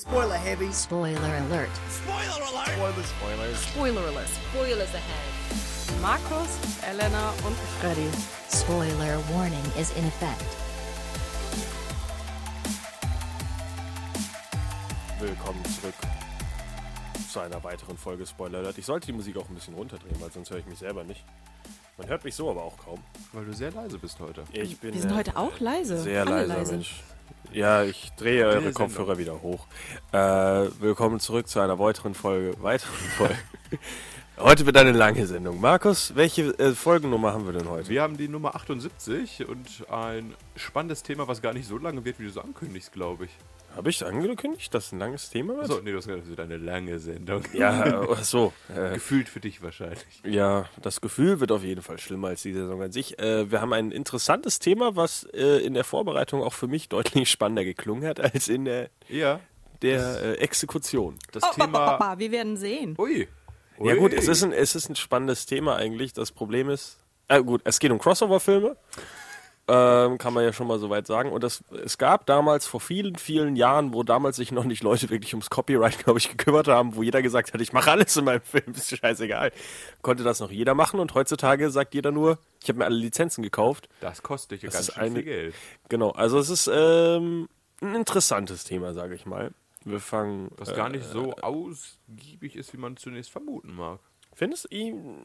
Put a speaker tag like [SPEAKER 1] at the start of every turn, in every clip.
[SPEAKER 1] Spoiler heavy.
[SPEAKER 2] Spoiler alert.
[SPEAKER 1] Spoiler alert. Spoiler, spoilers.
[SPEAKER 3] Spoiler alert. Spoilers ahead. Markus, Elena und Freddy.
[SPEAKER 2] Spoiler warning is in effect.
[SPEAKER 4] Willkommen zurück zu einer weiteren Folge Spoiler Alert. Ich sollte die Musik auch ein bisschen runterdrehen, weil sonst höre ich mich selber nicht. Man hört mich so aber auch kaum.
[SPEAKER 5] Weil du sehr leise bist heute.
[SPEAKER 4] Ich bin
[SPEAKER 3] Wir sind
[SPEAKER 4] äh,
[SPEAKER 3] heute auch leise.
[SPEAKER 4] sehr
[SPEAKER 3] Alle
[SPEAKER 4] leiser
[SPEAKER 6] Oh,
[SPEAKER 4] Mensch. Ja, ich drehe eure
[SPEAKER 5] Sendung.
[SPEAKER 4] Kopfhörer wieder hoch. Äh, willkommen zurück zu einer weiteren Folge. Weiteren Folge. heute wird eine lange Sendung. Markus, welche äh, Folgennummer haben wir denn heute?
[SPEAKER 5] Wir haben die Nummer 78 und ein spannendes Thema, was gar nicht so lange wird, wie du es ankündigst, glaube ich.
[SPEAKER 4] Habe ich angekündigt, dass ein langes Thema wird?
[SPEAKER 5] Achso, nee, du hast gesagt, das wird eine lange Sendung.
[SPEAKER 4] Ja, äh, ach so. Äh,
[SPEAKER 5] Gefühlt für dich wahrscheinlich.
[SPEAKER 4] Ja, das Gefühl wird auf jeden Fall schlimmer als die Saison an sich. Äh, wir haben ein interessantes Thema, was äh, in der Vorbereitung auch für mich deutlich spannender geklungen hat als in der,
[SPEAKER 5] Ja,
[SPEAKER 4] der äh, Exekution.
[SPEAKER 5] das
[SPEAKER 6] oh,
[SPEAKER 5] Thema.
[SPEAKER 3] Papa, wir werden sehen.
[SPEAKER 5] Ui.
[SPEAKER 4] Ja gut,
[SPEAKER 5] Ui.
[SPEAKER 4] es ist, ein, es ist ein spannendes Thema eigentlich. Das Problem ist, äh, gut, es geht um Crossover-Filme, ähm, kann man ja schon mal soweit sagen. Und das, es gab damals vor vielen, vielen Jahren, wo damals sich noch nicht Leute wirklich ums Copyright, glaube ich, gekümmert haben, wo jeder gesagt hat, ich mache alles in meinem Film, ist scheißegal. Konnte das noch jeder machen und heutzutage sagt jeder nur, ich habe mir alle Lizenzen gekauft.
[SPEAKER 5] Das kostet ja
[SPEAKER 4] Das
[SPEAKER 5] ganz
[SPEAKER 4] ist
[SPEAKER 5] schön
[SPEAKER 4] eine-
[SPEAKER 5] viel Geld.
[SPEAKER 4] Genau, also es ist ähm, ein interessantes Thema, sage ich mal. Wir fangen. äh,
[SPEAKER 5] Was gar nicht so ausgiebig ist, wie man zunächst vermuten mag.
[SPEAKER 4] Findest du ihn?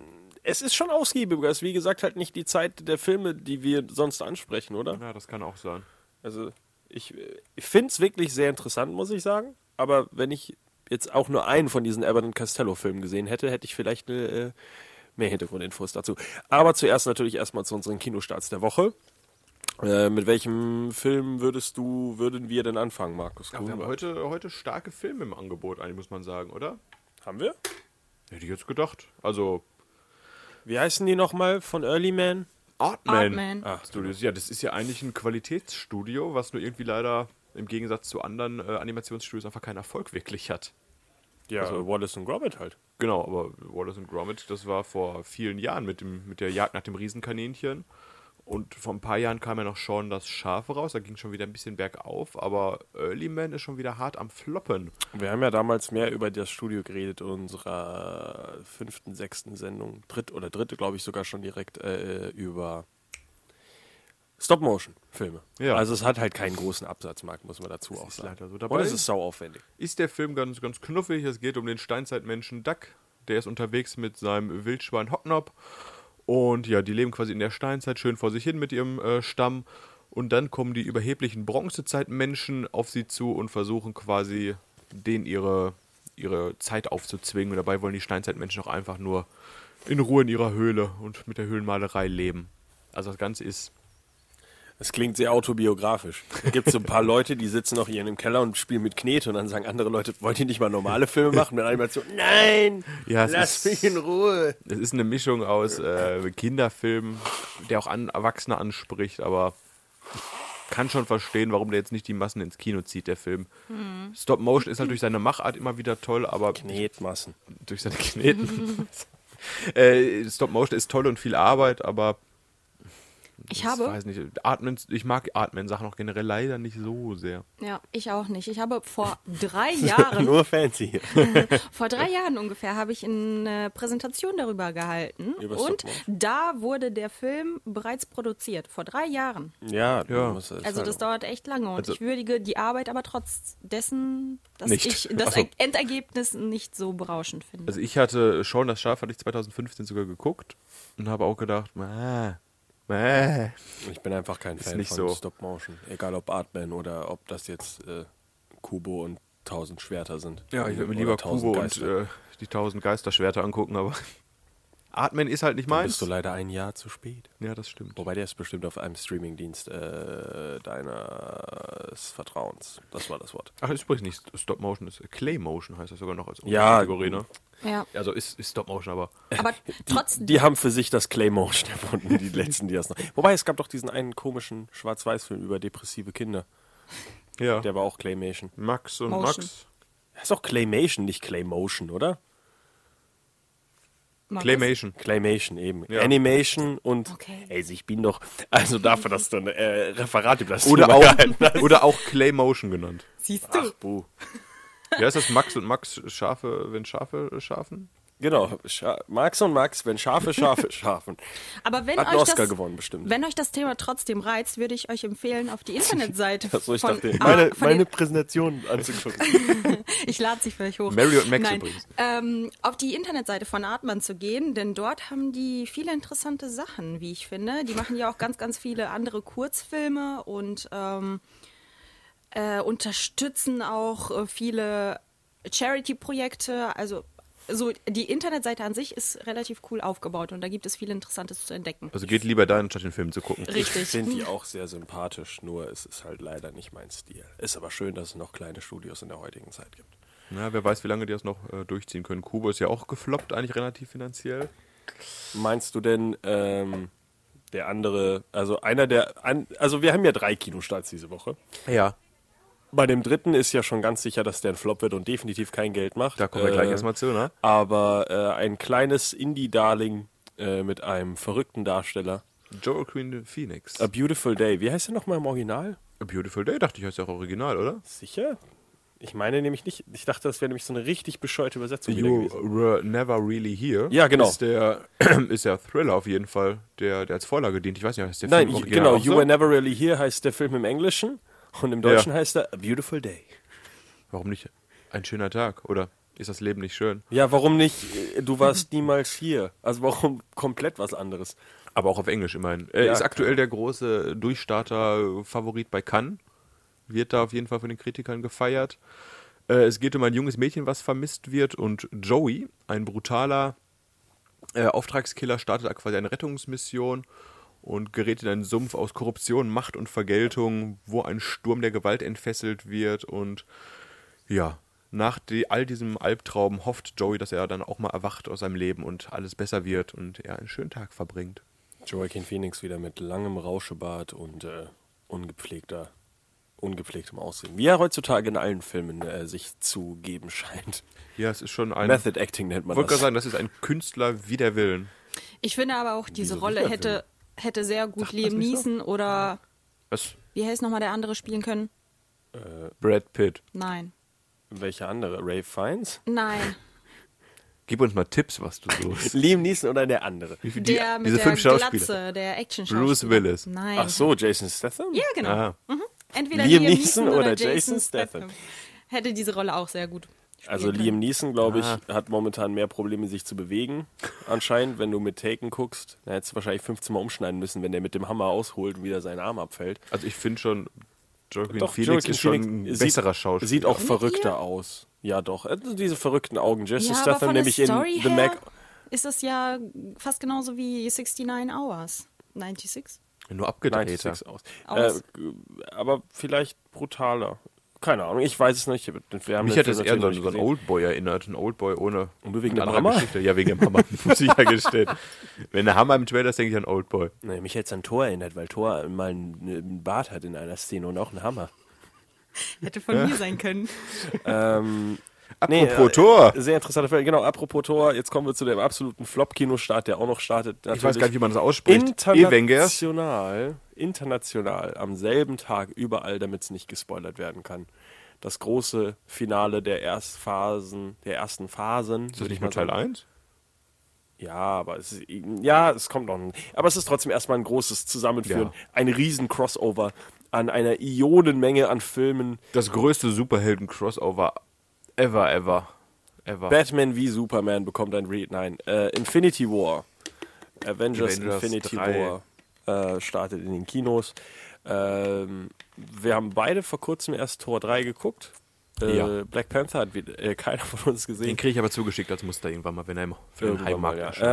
[SPEAKER 4] Es ist schon ausgiebiger. Es ist, wie gesagt, halt nicht die Zeit der Filme, die wir sonst ansprechen, oder?
[SPEAKER 5] Na, das kann auch sein.
[SPEAKER 4] Also, ich, äh, ich finde es wirklich sehr interessant, muss ich sagen. Aber wenn ich jetzt auch nur einen von diesen Abbott und Costello-Filmen gesehen hätte, hätte ich vielleicht eine, äh, mehr Hintergrundinfos dazu. Aber zuerst natürlich erstmal zu unseren Kinostarts der Woche. Äh, mit welchem Film würdest du, würden wir denn anfangen, Markus?
[SPEAKER 5] Aber wir haben
[SPEAKER 4] Grunewald?
[SPEAKER 5] heute, heute starke Filme im Angebot, eigentlich muss man sagen, oder?
[SPEAKER 4] haben wir?
[SPEAKER 5] Hätte ich jetzt gedacht. Also,
[SPEAKER 4] Wie heißen die nochmal von Early Man?
[SPEAKER 5] Artman.
[SPEAKER 3] Artman.
[SPEAKER 5] Ah, Studios. Ja, das ist ja eigentlich ein Qualitätsstudio, was nur irgendwie leider im Gegensatz zu anderen äh, Animationsstudios einfach keinen Erfolg wirklich hat.
[SPEAKER 4] Ja, also Wallace und Gromit halt.
[SPEAKER 5] Genau, aber Wallace and Gromit, das war vor vielen Jahren mit, dem, mit der Jagd nach dem Riesenkaninchen. Und vor ein paar Jahren kam ja noch Shaun das Schaf raus, da ging schon wieder ein bisschen bergauf, aber Early Man ist schon wieder hart am Floppen.
[SPEAKER 4] Wir haben ja damals mehr über das Studio geredet in unserer fünften, sechsten Sendung, dritt oder dritte, glaube ich, sogar schon direkt äh, über Stop-Motion-Filme.
[SPEAKER 5] Ja.
[SPEAKER 4] Also es hat halt keinen großen Absatzmarkt, muss man dazu auch
[SPEAKER 5] ist
[SPEAKER 4] sagen.
[SPEAKER 5] leider so.
[SPEAKER 4] Und
[SPEAKER 5] Dabei-
[SPEAKER 4] es ist sauaufwendig.
[SPEAKER 5] Ist der Film ganz, ganz knuffig, es geht um den Steinzeitmenschen Duck, der ist unterwegs mit seinem Wildschwein Hotnop und ja, die leben quasi in der Steinzeit schön vor sich hin mit ihrem äh, Stamm und dann kommen die überheblichen Bronzezeitmenschen auf sie zu und versuchen quasi denen ihre, ihre Zeit aufzuzwingen und dabei wollen die Steinzeitmenschen auch einfach nur in Ruhe in ihrer Höhle und mit der Höhlenmalerei leben. Also das Ganze ist
[SPEAKER 4] Es klingt sehr autobiografisch. Es gibt so ein paar Leute, die sitzen noch hier in dem Keller und spielen mit Knete und dann sagen andere Leute, wollt ihr nicht mal normale Filme machen? Mit Animation, nein,
[SPEAKER 5] Ja, es
[SPEAKER 4] lass
[SPEAKER 5] ist-
[SPEAKER 4] mich in Ruhe.
[SPEAKER 5] Es ist eine Mischung aus äh, Kinderfilm, der auch an Erwachsene anspricht, aber ich kann schon verstehen, warum der jetzt nicht die Massen ins Kino zieht, der Film. Stop Motion ist natürlich seine Machart immer wieder toll, aber
[SPEAKER 4] Knetmassen.
[SPEAKER 5] durch seine Kneten. äh, Stop Motion ist toll und viel Arbeit, aber
[SPEAKER 6] Ich
[SPEAKER 5] ich
[SPEAKER 6] habe,
[SPEAKER 5] weiß nicht, Atmen, ich mag Atmen-Sachen auch generell leider nicht so sehr.
[SPEAKER 6] ja, ich auch nicht. Ich habe vor drei Jahren,
[SPEAKER 4] Nur fancy.
[SPEAKER 6] vor drei Jahren ungefähr, habe ich eine Präsentation darüber gehalten.
[SPEAKER 4] Über
[SPEAKER 6] und
[SPEAKER 4] Stop-Motion.
[SPEAKER 6] da wurde der Film bereits produziert, vor drei Jahren.
[SPEAKER 4] Ja, halt
[SPEAKER 5] Ja.
[SPEAKER 6] Also das dauert echt lange und
[SPEAKER 5] Also-
[SPEAKER 6] ich würdige die Arbeit aber trotz dessen, dass
[SPEAKER 5] Nicht.
[SPEAKER 6] ich das
[SPEAKER 5] Ach so.
[SPEAKER 6] Er- Endergebnis nicht so berauschend finde.
[SPEAKER 5] Also ich hatte Shaun das Schaf, hatte ich 2015 sogar geguckt und habe auch gedacht, mäh, mäh.
[SPEAKER 4] Ich bin einfach kein Fan
[SPEAKER 5] nicht
[SPEAKER 4] von
[SPEAKER 5] so.
[SPEAKER 4] Stop Motion. Egal ob Artman oder ob das jetzt äh, Kubo und 1000 Schwerter sind.
[SPEAKER 5] Ja, ich würde mir
[SPEAKER 4] Oder
[SPEAKER 5] lieber
[SPEAKER 4] 1000
[SPEAKER 5] Kubo und
[SPEAKER 4] Geister.
[SPEAKER 5] äh, die 1000 Geisterschwerter angucken, aber Artman ist halt nicht meins.
[SPEAKER 4] Bist du leider ein Jahr zu spät.
[SPEAKER 5] ja, das stimmt.
[SPEAKER 4] Wobei der ist bestimmt auf einem Streamingdienst äh, deines Vertrauens. Das war das Wort.
[SPEAKER 5] Ach, ist übrigens nicht Stop Motion, ist Clay Motion heißt das sogar noch als
[SPEAKER 4] Ja,
[SPEAKER 5] Kategorie, ne?
[SPEAKER 6] ja.
[SPEAKER 5] Also ist, ist Stop Motion, aber
[SPEAKER 6] Aber trotzdem,
[SPEAKER 4] Die haben für sich das Claymotion erfunden, die letzten, die das noch. Wobei es gab doch diesen einen komischen Schwarz-Weiß-Film über depressive Kinder.
[SPEAKER 5] ja.
[SPEAKER 4] Äh, Der war auch Claymation.
[SPEAKER 5] Max und
[SPEAKER 6] Motion.
[SPEAKER 5] Max.
[SPEAKER 4] Das ist doch Claymation, nicht Claymotion, oder?
[SPEAKER 6] Markus,
[SPEAKER 5] Claymation.
[SPEAKER 4] Claymation eben.
[SPEAKER 5] Ja.
[SPEAKER 4] Animation und
[SPEAKER 6] Okay.
[SPEAKER 4] ey, ich bin doch. Also dafür, dass du ein äh, Referat über das
[SPEAKER 5] Oder
[SPEAKER 4] Thema gehalten
[SPEAKER 5] auch, oder auch Clay Motion genannt.
[SPEAKER 6] siehst
[SPEAKER 4] Ach,
[SPEAKER 6] du,
[SPEAKER 4] buh.
[SPEAKER 5] Wie heißt das? Max und Max Schafe, wenn Schafe schafen?
[SPEAKER 4] Genau, Scha Max und Max, wenn Schafe Schafe schafen.
[SPEAKER 6] Aber wenn
[SPEAKER 4] Hat einen
[SPEAKER 6] euch,
[SPEAKER 4] Oscar
[SPEAKER 6] das,
[SPEAKER 4] gewonnen, bestimmt.
[SPEAKER 6] wenn euch das Thema trotzdem reizt, würde ich euch empfehlen, auf die Internetseite
[SPEAKER 4] Achso, Also ich
[SPEAKER 6] von,
[SPEAKER 4] dachte,
[SPEAKER 6] ah,
[SPEAKER 4] meine,
[SPEAKER 6] von
[SPEAKER 4] meine
[SPEAKER 6] den,
[SPEAKER 4] Präsentation anzugucken.
[SPEAKER 6] ich lade sie vielleicht hoch.
[SPEAKER 5] Mary und Max
[SPEAKER 6] Nein,
[SPEAKER 5] übrigens.
[SPEAKER 6] Ähm, auf die Internetseite von Artmann zu gehen, denn dort haben die viele interessante Sachen, wie ich finde. Die machen ja auch ganz, ganz viele andere Kurzfilme und ähm, äh, unterstützen auch äh, viele Charity-Projekte. Also so die Internetseite an sich ist relativ cool aufgebaut und da gibt es viel Interessantes zu entdecken.
[SPEAKER 5] Also geht lieber dahin, statt den Film zu gucken.
[SPEAKER 4] Ich finde die auch sehr sympathisch, nur es ist halt leider nicht mein Stil. Ist aber schön, dass es noch kleine Studios in der heutigen Zeit gibt.
[SPEAKER 5] Na, wer weiß, wie lange die das noch äh, durchziehen können. Kubo ist ja auch gefloppt, eigentlich relativ finanziell.
[SPEAKER 4] Meinst du denn, ähm, der andere, also einer der, an, also wir haben ja drei Kinostarts diese Woche.
[SPEAKER 5] Ja.
[SPEAKER 4] Bei dem dritten ist ja schon ganz sicher, dass der ein Flop wird und definitiv kein Geld macht. Äh,
[SPEAKER 5] Da kommen wir gleich erstmal zu, ne?
[SPEAKER 4] Aber äh, ein kleines Indie-Darling äh, mit einem verrückten Darsteller.
[SPEAKER 5] Joel Queen Phoenix.
[SPEAKER 4] A Beautiful Day. Wie heißt der nochmal im Original?
[SPEAKER 5] A Beautiful Day, dachte ich, heißt ja auch original, oder?
[SPEAKER 4] Sicher? Ich meine nämlich nicht, ich dachte, das wäre nämlich so eine richtig bescheuerte Übersetzung wieder
[SPEAKER 5] You äh,
[SPEAKER 4] gewesen.
[SPEAKER 5] Were Never Really Here.
[SPEAKER 4] Ja, genau.
[SPEAKER 5] Ist der, ist der Thriller auf jeden Fall, der, der als Vorlage dient. Ich weiß nicht, ist der
[SPEAKER 4] Nein,
[SPEAKER 5] Film
[SPEAKER 4] you,
[SPEAKER 5] original
[SPEAKER 4] genau.
[SPEAKER 5] auch
[SPEAKER 4] You
[SPEAKER 5] so?
[SPEAKER 4] Were Never Really Here heißt der Film im Englischen und im Deutschen heißt er A Beautiful Day.
[SPEAKER 5] Warum nicht? Ein schöner Tag, oder? Ist das Leben nicht schön?
[SPEAKER 4] Ja, warum nicht? äh, Du warst niemals hier. Also warum komplett was anderes?
[SPEAKER 5] Aber auch auf Englisch immerhin. Er
[SPEAKER 4] Ja,
[SPEAKER 5] ist
[SPEAKER 4] klar.
[SPEAKER 5] aktuell der große Durchstarter-Favorit bei Cannes. Wird da auf jeden Fall von den Kritikern gefeiert. Äh, es geht um ein junges Mädchen, was vermisst wird. Und Joey, ein brutaler äh, Auftragskiller, startet quasi eine Rettungsmission und gerät in einen Sumpf aus Korruption, Macht und Vergeltung, wo ein Sturm der Gewalt entfesselt wird. Und ja, nach die, all diesem Albtraum hofft Joey, dass er dann auch mal erwacht aus seinem Leben und alles besser wird und er einen schönen Tag verbringt.
[SPEAKER 4] Joaquin Phoenix wieder mit langem Rauschebart und äh, ungepflegter, ungepflegtem Aussehen. Wie er heutzutage in allen Filmen äh, sich zu geben scheint.
[SPEAKER 5] Ja, es ist schon ein.
[SPEAKER 4] Method Acting nennt man
[SPEAKER 5] Ich wollte
[SPEAKER 4] das.
[SPEAKER 5] gerade sagen, das ist ein Künstler wie der Willen.
[SPEAKER 6] Ich finde aber auch, diese
[SPEAKER 4] Wieso
[SPEAKER 6] Rolle
[SPEAKER 4] nicht?
[SPEAKER 6] hätte, hätte sehr gut
[SPEAKER 5] man's
[SPEAKER 6] Liam
[SPEAKER 5] nicht so?
[SPEAKER 6] Neeson oder
[SPEAKER 5] Was?
[SPEAKER 6] wie heißt nochmal der andere spielen können?
[SPEAKER 5] Brad Pitt.
[SPEAKER 6] Nein.
[SPEAKER 4] Welcher andere? Ray Fiennes?
[SPEAKER 6] Nein.
[SPEAKER 5] Gib uns mal Tipps, was du suchst.
[SPEAKER 4] Liam Neeson oder der andere?
[SPEAKER 5] Wie viel- die-
[SPEAKER 6] Der mit
[SPEAKER 5] diese
[SPEAKER 6] der
[SPEAKER 5] fünf Schauspieler.
[SPEAKER 6] Glatze, der action
[SPEAKER 5] Bruce Willis.
[SPEAKER 6] Nein.
[SPEAKER 4] Ach so, Jason Statham?
[SPEAKER 6] Ja, genau.
[SPEAKER 5] Ah.
[SPEAKER 6] Entweder
[SPEAKER 4] Liam
[SPEAKER 6] Liam,
[SPEAKER 4] Neeson
[SPEAKER 6] Neeson
[SPEAKER 4] oder
[SPEAKER 6] oder,
[SPEAKER 4] Jason
[SPEAKER 6] Jason
[SPEAKER 4] Statham.
[SPEAKER 6] Statham. Hätte diese Rolle auch sehr gut. spielen
[SPEAKER 4] Also
[SPEAKER 6] können.
[SPEAKER 4] Liam Neeson, glaube ich,
[SPEAKER 5] Ah.
[SPEAKER 4] hat momentan mehr Probleme, sich zu bewegen. Anscheinend, wenn du mit Taken guckst, da hättest du wahrscheinlich 15 Mal umschneiden müssen, wenn der mit dem Hammer ausholt und wieder sein Arm abfällt.
[SPEAKER 5] Also ich finde schon, Joaquin
[SPEAKER 4] Doch,
[SPEAKER 5] Phoenix
[SPEAKER 4] Joaquin
[SPEAKER 5] ist schon
[SPEAKER 4] Phoenix
[SPEAKER 5] ein
[SPEAKER 4] sieht-
[SPEAKER 5] besserer Schauspieler.
[SPEAKER 4] Sieht auch verrückter aus. Ja, doch. Äh, Diese verrückten Augen. Jason
[SPEAKER 6] Ja, aber
[SPEAKER 4] Statham
[SPEAKER 6] von der
[SPEAKER 4] nämlich in
[SPEAKER 6] Story
[SPEAKER 4] The
[SPEAKER 6] her
[SPEAKER 4] Mac.
[SPEAKER 6] ist das ja fast genauso wie 69 Hours. 96?
[SPEAKER 5] nur abgedreht.
[SPEAKER 4] 96 aus.
[SPEAKER 6] Aus.
[SPEAKER 4] Äh, aber vielleicht brutaler. Keine Ahnung, ich weiß es nicht. Wir haben
[SPEAKER 5] Mich
[SPEAKER 4] den
[SPEAKER 5] hätte es
[SPEAKER 4] Film natürlich
[SPEAKER 5] eher so oh. an so einen
[SPEAKER 4] gesehen.
[SPEAKER 5] Oldboy erinnert. Ein Oldboy ohne
[SPEAKER 4] Und nur wegen
[SPEAKER 5] mit
[SPEAKER 4] dem
[SPEAKER 5] anderer
[SPEAKER 4] Hammer?
[SPEAKER 5] Geschichte. Ja, wegen dem Hammer, muss ich ja gestehen. Wenn der Hammer im Trailer ist, denke ich an Oldboy.
[SPEAKER 4] Nee, mich hätte es an Thor erinnert, weil Thor mal einen, einen Bart hat in einer Szene und auch einen Hammer.
[SPEAKER 6] Hätte von mir sein können.
[SPEAKER 4] Ähm,
[SPEAKER 5] Apropos
[SPEAKER 4] äh,
[SPEAKER 5] Tor.
[SPEAKER 4] Sehr interessanter Film. Genau, apropos Tor. Jetzt kommen wir zu dem absoluten Flop-Kinostart, der auch noch startet.
[SPEAKER 5] Ich weiß gar nicht, wie man das ausspricht. Evengers.
[SPEAKER 4] international, international am selben Tag überall, damit es nicht gespoilert werden kann. Das große Finale der Erstphasen, der ersten Phasen.
[SPEAKER 5] Ist das nicht nur Teil 1?
[SPEAKER 4] Ja, aber es ist, ja, es kommt noch. ein- Aber es ist trotzdem erstmal ein großes Zusammenführen,
[SPEAKER 5] Ja.
[SPEAKER 4] ein riesen Crossover an einer Ionenmenge an Filmen.
[SPEAKER 5] Das größte Superhelden-Crossover ever, ever. Ever.
[SPEAKER 4] Batman wie Superman bekommt ein Read. Nein, äh, Infinity War. Avengers,
[SPEAKER 5] Avengers
[SPEAKER 4] Infinity
[SPEAKER 5] 3.
[SPEAKER 4] War äh, startet in den Kinos. Ähm, wir haben beide vor kurzem erst Tor 3 geguckt. Äh,
[SPEAKER 5] Ja.
[SPEAKER 4] Black Panther hat wieder, äh, keiner von uns gesehen.
[SPEAKER 5] Den kriege ich aber zugeschickt als Muster irgendwann mal, wenn er im für den
[SPEAKER 4] Irgendwann mal,
[SPEAKER 5] Heimmarkt erscheint.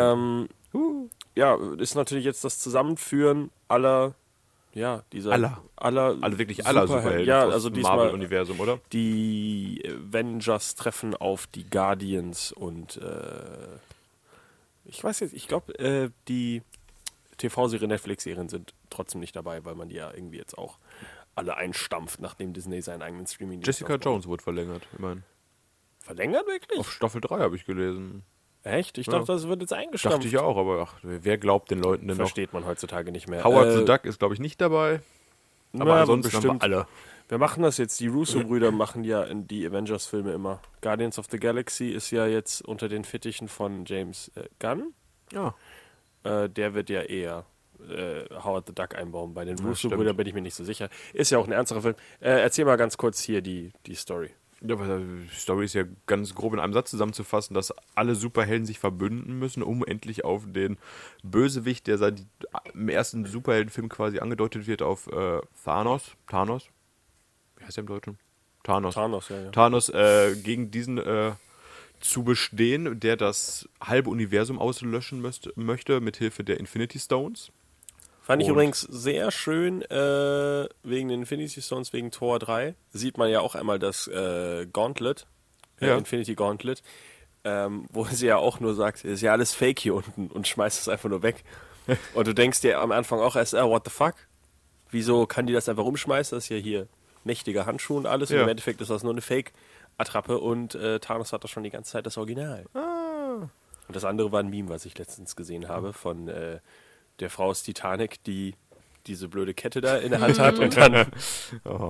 [SPEAKER 4] ja. Ähm, ja, ist natürlich jetzt das Zusammenführen aller, ja, dieser
[SPEAKER 5] Aller.
[SPEAKER 4] aller,
[SPEAKER 5] Also wirklich aller Superhelden
[SPEAKER 4] Ähm, Ja,
[SPEAKER 5] aus
[SPEAKER 4] also
[SPEAKER 5] dem
[SPEAKER 4] diesmal
[SPEAKER 5] Marvel-Universum, oder?
[SPEAKER 4] die Avengers treffen auf die Guardians und äh, ich weiß jetzt, ich glaube, äh, die TV-Serie, Netflix-Serien sind trotzdem nicht dabei, weil man die ja irgendwie jetzt auch alle einstampft, nachdem Disney seinen eigenen streaming
[SPEAKER 5] Jessica Jones wurde verlängert, immerhin.
[SPEAKER 4] Verlängert wirklich?
[SPEAKER 5] Auf Staffel 3 habe ich gelesen.
[SPEAKER 4] Echt? Ich
[SPEAKER 5] Ja.
[SPEAKER 4] dachte, das wird jetzt eingestampft.
[SPEAKER 5] Dachte ich auch, aber ach, wer glaubt den Leuten denn
[SPEAKER 4] Versteht man heutzutage nicht mehr.
[SPEAKER 5] noch? Howard
[SPEAKER 4] Äh,
[SPEAKER 5] the Duck ist, glaube ich, nicht dabei.
[SPEAKER 4] na,
[SPEAKER 5] Aber ansonsten haben wir alle.
[SPEAKER 4] Wir machen das jetzt. Die Russo-Brüder machen ja in die Avengers-Filme immer. Guardians of the Galaxy ist ja jetzt unter den Fittichen von James äh, Gunn.
[SPEAKER 5] Ja.
[SPEAKER 4] Äh, der wird ja eher äh, Howard the Duck einbauen. Bei den Russo-Brüdern
[SPEAKER 5] stimmt.
[SPEAKER 4] bin ich mir nicht so sicher. Ist ja auch ein ernsterer Film. Äh, erzähl mal ganz kurz hier die, die Story.
[SPEAKER 5] Ja, aber die Story ist ja ganz grob in einem Satz zusammenzufassen, dass alle Superhelden sich verbünden müssen, um endlich auf den Bösewicht, der seit im ersten Superheldenfilm quasi angedeutet wird, auf äh, Thanos. Thanos? Wie heißt der im Deutschen? Thanos.
[SPEAKER 4] Thanos, ja, ja.
[SPEAKER 5] Thanos äh, gegen diesen äh, zu bestehen, der das halbe Universum auslöschen möchte, möchte mit Hilfe der Infinity Stones.
[SPEAKER 4] Fand ich
[SPEAKER 5] Und-
[SPEAKER 4] übrigens sehr schön äh, wegen den Infinity Stones, wegen Tor 3. Sieht man ja auch einmal das äh, Gauntlet, äh,
[SPEAKER 5] Ja.
[SPEAKER 4] Infinity Gauntlet, ähm, wo sie ja auch nur sagt, ist ja alles fake hier unten und schmeißt es einfach nur weg. Und du denkst dir am Anfang auch erst, ah, what the fuck? Wieso kann die das einfach rumschmeißen? Das ist ja hier mächtige Handschuhe und alles. Und
[SPEAKER 5] Ja.
[SPEAKER 4] im Endeffekt ist das nur eine Fake-Attrappe und äh, Thanos hat das schon die ganze Zeit das Original. Und das andere war ein Meme, was ich letztens gesehen habe von äh, der Frau aus Titanic, die diese blöde Kette da in der Hand hat und dann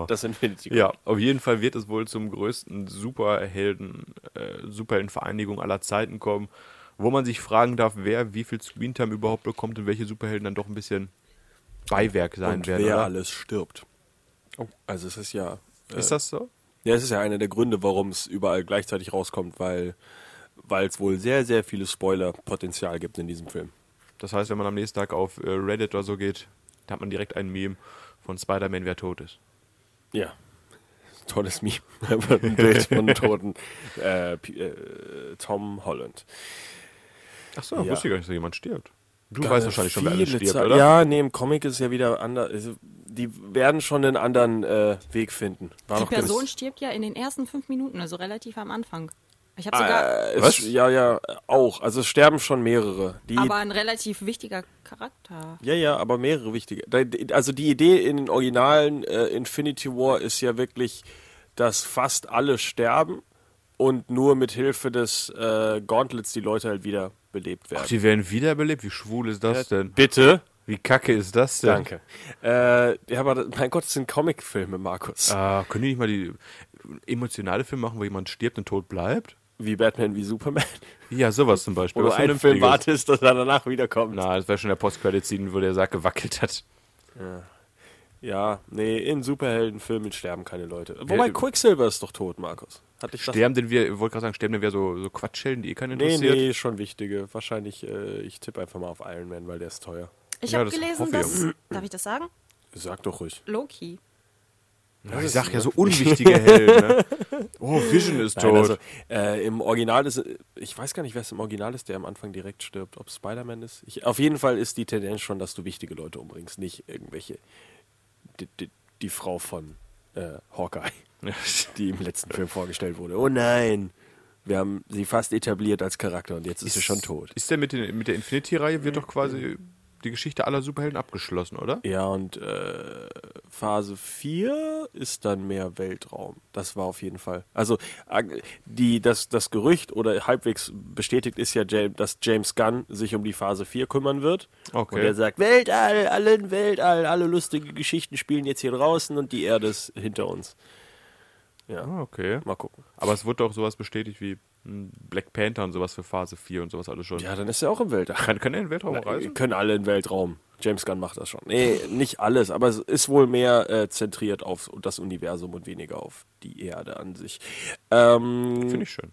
[SPEAKER 4] das Infinity.
[SPEAKER 5] Ja, auf jeden Fall wird es wohl zum größten Superhelden, äh, Superheldenvereinigung aller Zeiten kommen, wo man sich fragen darf, wer wie viel Screentime überhaupt bekommt und welche Superhelden dann doch ein bisschen Beiwerk sein
[SPEAKER 4] und
[SPEAKER 5] werden.
[SPEAKER 4] wer
[SPEAKER 5] oder?
[SPEAKER 4] alles stirbt. Also es ist ja,
[SPEAKER 5] Ist das so?
[SPEAKER 4] ja, es ist ja einer der Gründe, warum es überall gleichzeitig rauskommt, weil weil es wohl sehr sehr viele Spoiler-Potenzial gibt in diesem Film.
[SPEAKER 5] Das heißt, wenn man am nächsten Tag auf äh, Reddit oder so geht, da hat man direkt ein Meme von Spider-Man, wer tot ist.
[SPEAKER 4] Ja. Tolles Meme. Einfach Ein Bild von einem toten äh, P- äh, Tom Holland.
[SPEAKER 5] Ach so,
[SPEAKER 4] Ja.
[SPEAKER 5] wusste ich gar nicht, dass jemand stirbt. Du
[SPEAKER 4] Äh,
[SPEAKER 5] weißt wahrscheinlich schon, wer alles
[SPEAKER 4] viele
[SPEAKER 5] stirbt,
[SPEAKER 4] Ze-
[SPEAKER 5] oder?
[SPEAKER 4] Ja, nee, im Comic ist ja wieder anders. Also, die werden schon einen anderen äh, Weg finden. War
[SPEAKER 6] Die
[SPEAKER 4] doch gewiss.
[SPEAKER 6] Person stirbt ja in den ersten fünf Minuten, also relativ am Anfang. Ich habe sogar,
[SPEAKER 4] äh,
[SPEAKER 5] Ah, Was?
[SPEAKER 4] was? Ja, ja, auch. Also es sterben schon mehrere. Die,
[SPEAKER 6] aber ein relativ wichtiger Charakter.
[SPEAKER 4] ja, ja, aber mehrere wichtige. Da- Also die Idee in den originalen äh, Infinity War ist ja wirklich, dass fast alle sterben und nur mit Hilfe des äh, Gauntlets die Leute halt wieder belebt werden.
[SPEAKER 5] Ach, die werden wiederbelebt. Wie schwul ist das denn?
[SPEAKER 4] Bitte?
[SPEAKER 5] Wie kacke ist das denn?
[SPEAKER 4] Danke. Äh, ja, aber das- mein Gott, das sind Comicfilme, Markus.
[SPEAKER 5] Ah, können die nicht mal die äh, emotionale Filme machen, wo jemand stirbt und tot bleibt?
[SPEAKER 4] Wie Batman, wie Superman.
[SPEAKER 5] Ja, sowas zum
[SPEAKER 4] Wo
[SPEAKER 5] Beispiel.
[SPEAKER 4] du
[SPEAKER 5] Was
[SPEAKER 4] einen Film
[SPEAKER 5] Vernünftiges.
[SPEAKER 4] wartest, dass er danach wiederkommt.
[SPEAKER 5] Na, das wäre schon der Post-Credit-Scene, wo der Sack gewackelt hat.
[SPEAKER 4] Ja, nee, in Superheldenfilmen sterben keine Leute.
[SPEAKER 5] Ja,
[SPEAKER 4] Wobei
[SPEAKER 5] du-
[SPEAKER 4] Quicksilver ist doch tot, Markus. Hatte ich
[SPEAKER 5] Sterben denn wir, ich wollte gerade sagen, sterben denn wir so, so Quatschhelden, die eh keinen
[SPEAKER 4] das? Nee,
[SPEAKER 5] interessiert?
[SPEAKER 4] nee, schon wichtige. Wahrscheinlich, äh, ich tippe einfach mal auf Iron Man, weil der ist teuer.
[SPEAKER 6] Ich
[SPEAKER 5] Ja,
[SPEAKER 6] habe
[SPEAKER 5] das
[SPEAKER 6] gelesen,
[SPEAKER 5] hoffe ich
[SPEAKER 6] dass, darf ich das sagen?
[SPEAKER 4] Sag doch ruhig.
[SPEAKER 6] Loki.
[SPEAKER 5] Ja, ich sag ja so unwichtige Helden. Ne? Oh, Vision ist
[SPEAKER 4] Nein, also,
[SPEAKER 5] tot.
[SPEAKER 4] äh, Im Original ist, ich weiß gar nicht, wer es im Original ist, der am Anfang direkt stirbt. Ob Spider-Man ist? Ich, auf jeden Fall ist die Tendenz schon, dass du wichtige Leute umbringst, nicht irgendwelche. Die, die, die Frau von äh, Hawkeye, die im letzten Film vorgestellt wurde. Oh nein! Wir haben sie fast etabliert als Charakter und jetzt ist, sie schon tot.
[SPEAKER 5] Ist der mit, den, mit der Infinity-Reihe, wird doch quasi die Geschichte aller Superhelden abgeschlossen, oder?
[SPEAKER 4] Ja, und äh, Phase 4 ist dann mehr Weltraum. Das war auf jeden Fall. Also äh, die, das, das Gerücht oder halbwegs bestätigt ist ja, Ja- dass James Gunn sich um die Phase 4 kümmern wird.
[SPEAKER 5] Okay.
[SPEAKER 4] Und er sagt, Weltall, alle in Weltall, alle lustige Geschichten spielen jetzt hier draußen und die Erde ist hinter uns. Ja,
[SPEAKER 5] Ah, okay.
[SPEAKER 4] mal gucken.
[SPEAKER 5] Aber es wurde doch sowas bestätigt wie hm, Black Panther und sowas für Phase 4 und sowas alles schon.
[SPEAKER 4] Ja, dann ist er auch im Weltall.
[SPEAKER 5] Kann, kann der in den Weltraum reisen?
[SPEAKER 4] Können alle in den Weltraum. James Gunn macht das schon. Nee, nicht alles, aber es ist wohl mehr äh, zentriert auf das Universum und weniger auf die Erde an sich. Ähm,
[SPEAKER 5] Finde ich schön.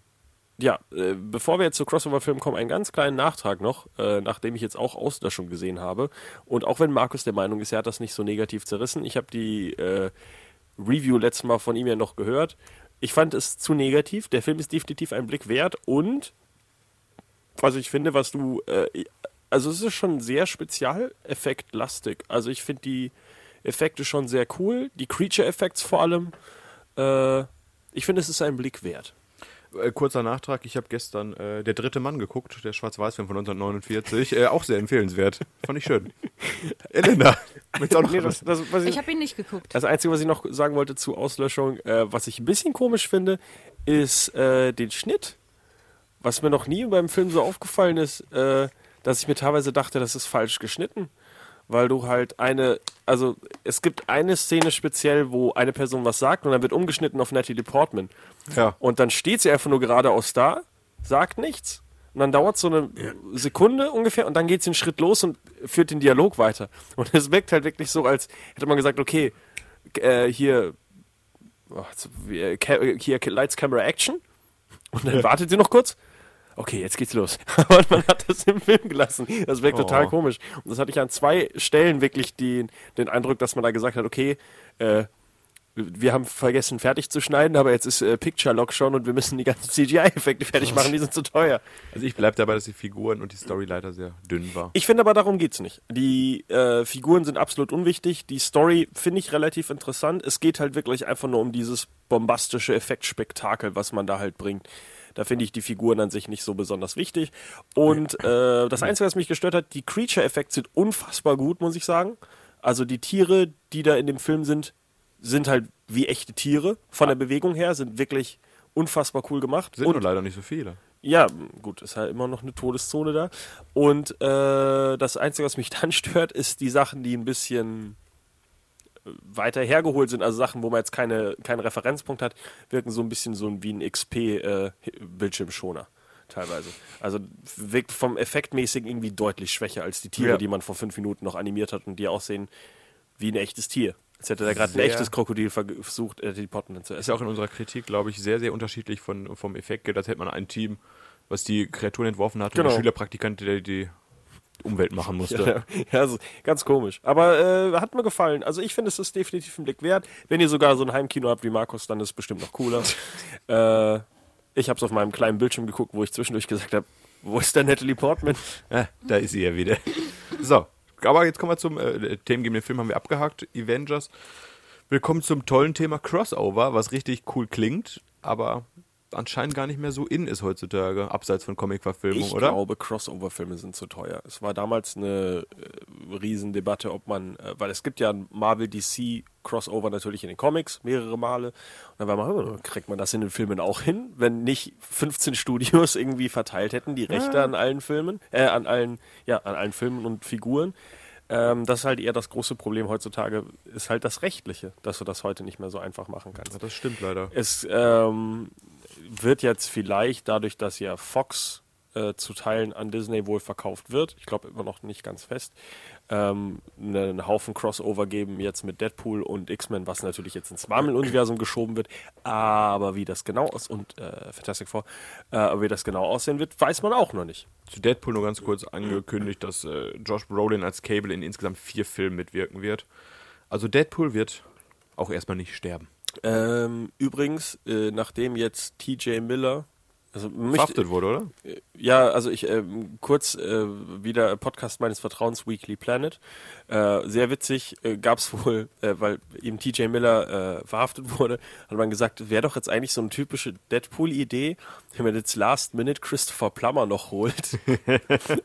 [SPEAKER 4] ja, äh, bevor wir jetzt zu Crossover-Filmen kommen, einen ganz kleinen Nachtrag noch, äh, nachdem ich jetzt auch Auslöschung gesehen habe. Und auch wenn Markus der Meinung ist, er hat das nicht so negativ zerrissen, ich habe die äh, Review letztes Mal von ihm ja noch gehört. Ich fand es zu negativ. Der Film ist definitiv ein Blick wert und was ich finde, was du. Äh, also, es ist schon sehr spezialeffektlastig. Also, ich finde die Effekte schon sehr cool. Die Creature-Effekts vor allem. Äh, ich finde, es ist ein Blick wert.
[SPEAKER 5] Äh, kurzer Nachtrag, ich habe gestern äh, Der dritte Mann geguckt, der Schwarz-Weiß-Film von 1949. Äh, auch sehr empfehlenswert. Fand ich schön. Elena, willst du auch noch
[SPEAKER 4] Nee,
[SPEAKER 5] was?
[SPEAKER 4] das, das, was ich,
[SPEAKER 6] Ich habe ihn nicht geguckt.
[SPEAKER 4] das Einzige, was ich noch sagen wollte zu Auslöschung, äh, was ich ein bisschen komisch finde, ist äh, den Schnitt. Was mir noch nie beim Film so aufgefallen ist, äh, dass ich mir teilweise dachte, das ist falsch geschnitten. weil du halt eine, also es gibt eine Szene speziell, wo eine Person was sagt und dann wird umgeschnitten auf Natalie Portman.
[SPEAKER 5] Ja.
[SPEAKER 4] Und dann steht sie einfach nur geradeaus da, sagt nichts. Und dann dauert so eine Sekunde ungefähr und dann geht sie einen Schritt los und führt den Dialog weiter. Und es wirkt halt wirklich so, als hätte man gesagt, okay, äh, hier, oh, jetzt- wir- Ca- hier Lights Camera Action. Und dann wartet sie noch kurz. Okay, jetzt geht's los. Aber man hat das im Film gelassen. Das wirkt total
[SPEAKER 5] Oh.
[SPEAKER 4] komisch. Und das hatte ich an zwei Stellen wirklich den, den Eindruck, dass man da gesagt hat, okay, äh, wir haben vergessen, fertig zu schneiden, aber jetzt ist äh, Picture Lock schon und wir müssen die ganzen CGI-Effekte fertig machen, die sind zu teuer.
[SPEAKER 5] Also ich bleibe dabei, dass die Figuren und die Story leider sehr dünn war.
[SPEAKER 4] Ich finde aber, darum geht's nicht. Die äh, Figuren sind absolut unwichtig. Die Story finde ich relativ interessant. Es geht halt wirklich einfach nur um dieses bombastische Effektspektakel, was man da halt bringt. Da finde ich die Figuren an sich nicht so besonders wichtig. Und äh, das Einzige, was mich gestört hat, die Creature-Effekte sind unfassbar gut, muss ich sagen. Also die Tiere, die da in dem Film sind, sind halt wie echte Tiere. Von der Bewegung her sind wirklich unfassbar cool gemacht.
[SPEAKER 5] Sind
[SPEAKER 4] Und-
[SPEAKER 5] nur leider nicht so viele.
[SPEAKER 4] ja, gut, ist halt immer noch eine Todeszone da. Und äh, das Einzige, was mich dann stört, ist die Sachen, die ein bisschen äh, weiter hergeholt sind, also Sachen, wo man jetzt keine, keinen Referenzpunkt hat, wirken so ein bisschen so ein- wie ein XP-Bildschirmschoner teilweise. Also wirkt vom Effektmäßigen irgendwie deutlich schwächer als die Tiere,
[SPEAKER 5] Ja.
[SPEAKER 4] die man vor fünf Minuten noch animiert hat und die aussehen wie ein echtes Tier. Als hätte da gerade ein
[SPEAKER 5] Sehr-
[SPEAKER 4] echtes Krokodil verg- versucht, äh, die Potten zu
[SPEAKER 5] Ist
[SPEAKER 4] essen.
[SPEAKER 5] ja auch in unserer Kritik, glaube ich, sehr, sehr unterschiedlich von, vom Effekt. geht. Als hätte man ein Team, was die Kreaturen entworfen hat
[SPEAKER 4] Genau.
[SPEAKER 5] und ein Schülerpraktikant, der die Umwelt machen musste.
[SPEAKER 4] Ja, ja also ganz komisch. Aber äh, hat mir gefallen. Also ich finde, es ist definitiv ein Blick wert. Wenn ihr sogar so ein Heimkino habt wie Markus, dann ist es bestimmt noch cooler. äh, ich habe es auf meinem kleinen Bildschirm geguckt, wo ich zwischendurch gesagt habe, wo ist der Natalie Portman?
[SPEAKER 5] Ah, da ist sie ja wieder. So, aber jetzt kommen wir zum äh, themengebenden Film, haben wir abgehakt, Avengers. Willkommen zum tollen Thema Crossover, was richtig cool klingt, aber anscheinend gar nicht mehr so in ist heutzutage, abseits von Comic-Verfilmung,
[SPEAKER 4] Ich
[SPEAKER 5] oder?
[SPEAKER 4] glaube, Crossover-Filme sind zu teuer. Es war damals eine äh, Riesendebatte, ob man, äh, weil es gibt ja ein Marvel-DC-Crossover natürlich in den Comics mehrere Male. Und dann war man, hm, kriegt man das in den Filmen auch hin, wenn nicht 15 Studios irgendwie verteilt hätten die
[SPEAKER 5] Ah.
[SPEAKER 4] Rechte an allen Filmen, äh, an allen, ja, an allen Filmen und Figuren. Ähm, das ist halt eher das große Problem heutzutage, ist halt das Rechtliche, dass du das heute nicht mehr so einfach machen kannst.
[SPEAKER 5] Ja, Das stimmt leider.
[SPEAKER 4] Es ähm, wird jetzt vielleicht dadurch, dass ja Fox äh, zu Teilen an Disney wohl verkauft wird, ich glaube immer noch nicht ganz fest, ähm, einen Haufen Crossover geben jetzt mit Deadpool und X-Men, was natürlich jetzt ins Marvel-Universum geschoben wird. Aber wie das genau aus und äh, Fantastic Four, äh, aber wie das genau aussehen wird, weiß man auch noch nicht.
[SPEAKER 5] Zu Deadpool nur ganz kurz angekündigt, dass äh, Josh Brolin als Cable in insgesamt vier Filmen mitwirken wird. Also Deadpool wird auch erstmal nicht sterben.
[SPEAKER 4] Ähm, übrigens, äh, nachdem jetzt TJ Miller also möchte,
[SPEAKER 5] Verhaftet wurde, oder?
[SPEAKER 4] Ja, also ich ähm, kurz äh, wieder Podcast meines Vertrauens Weekly Planet. Äh, sehr witzig äh, gab's wohl, äh, weil eben TJ Miller äh, verhaftet wurde, hat man gesagt, wäre doch jetzt eigentlich so eine typische Deadpool-Idee, wenn man jetzt Last Minute Christopher Plummer noch holt.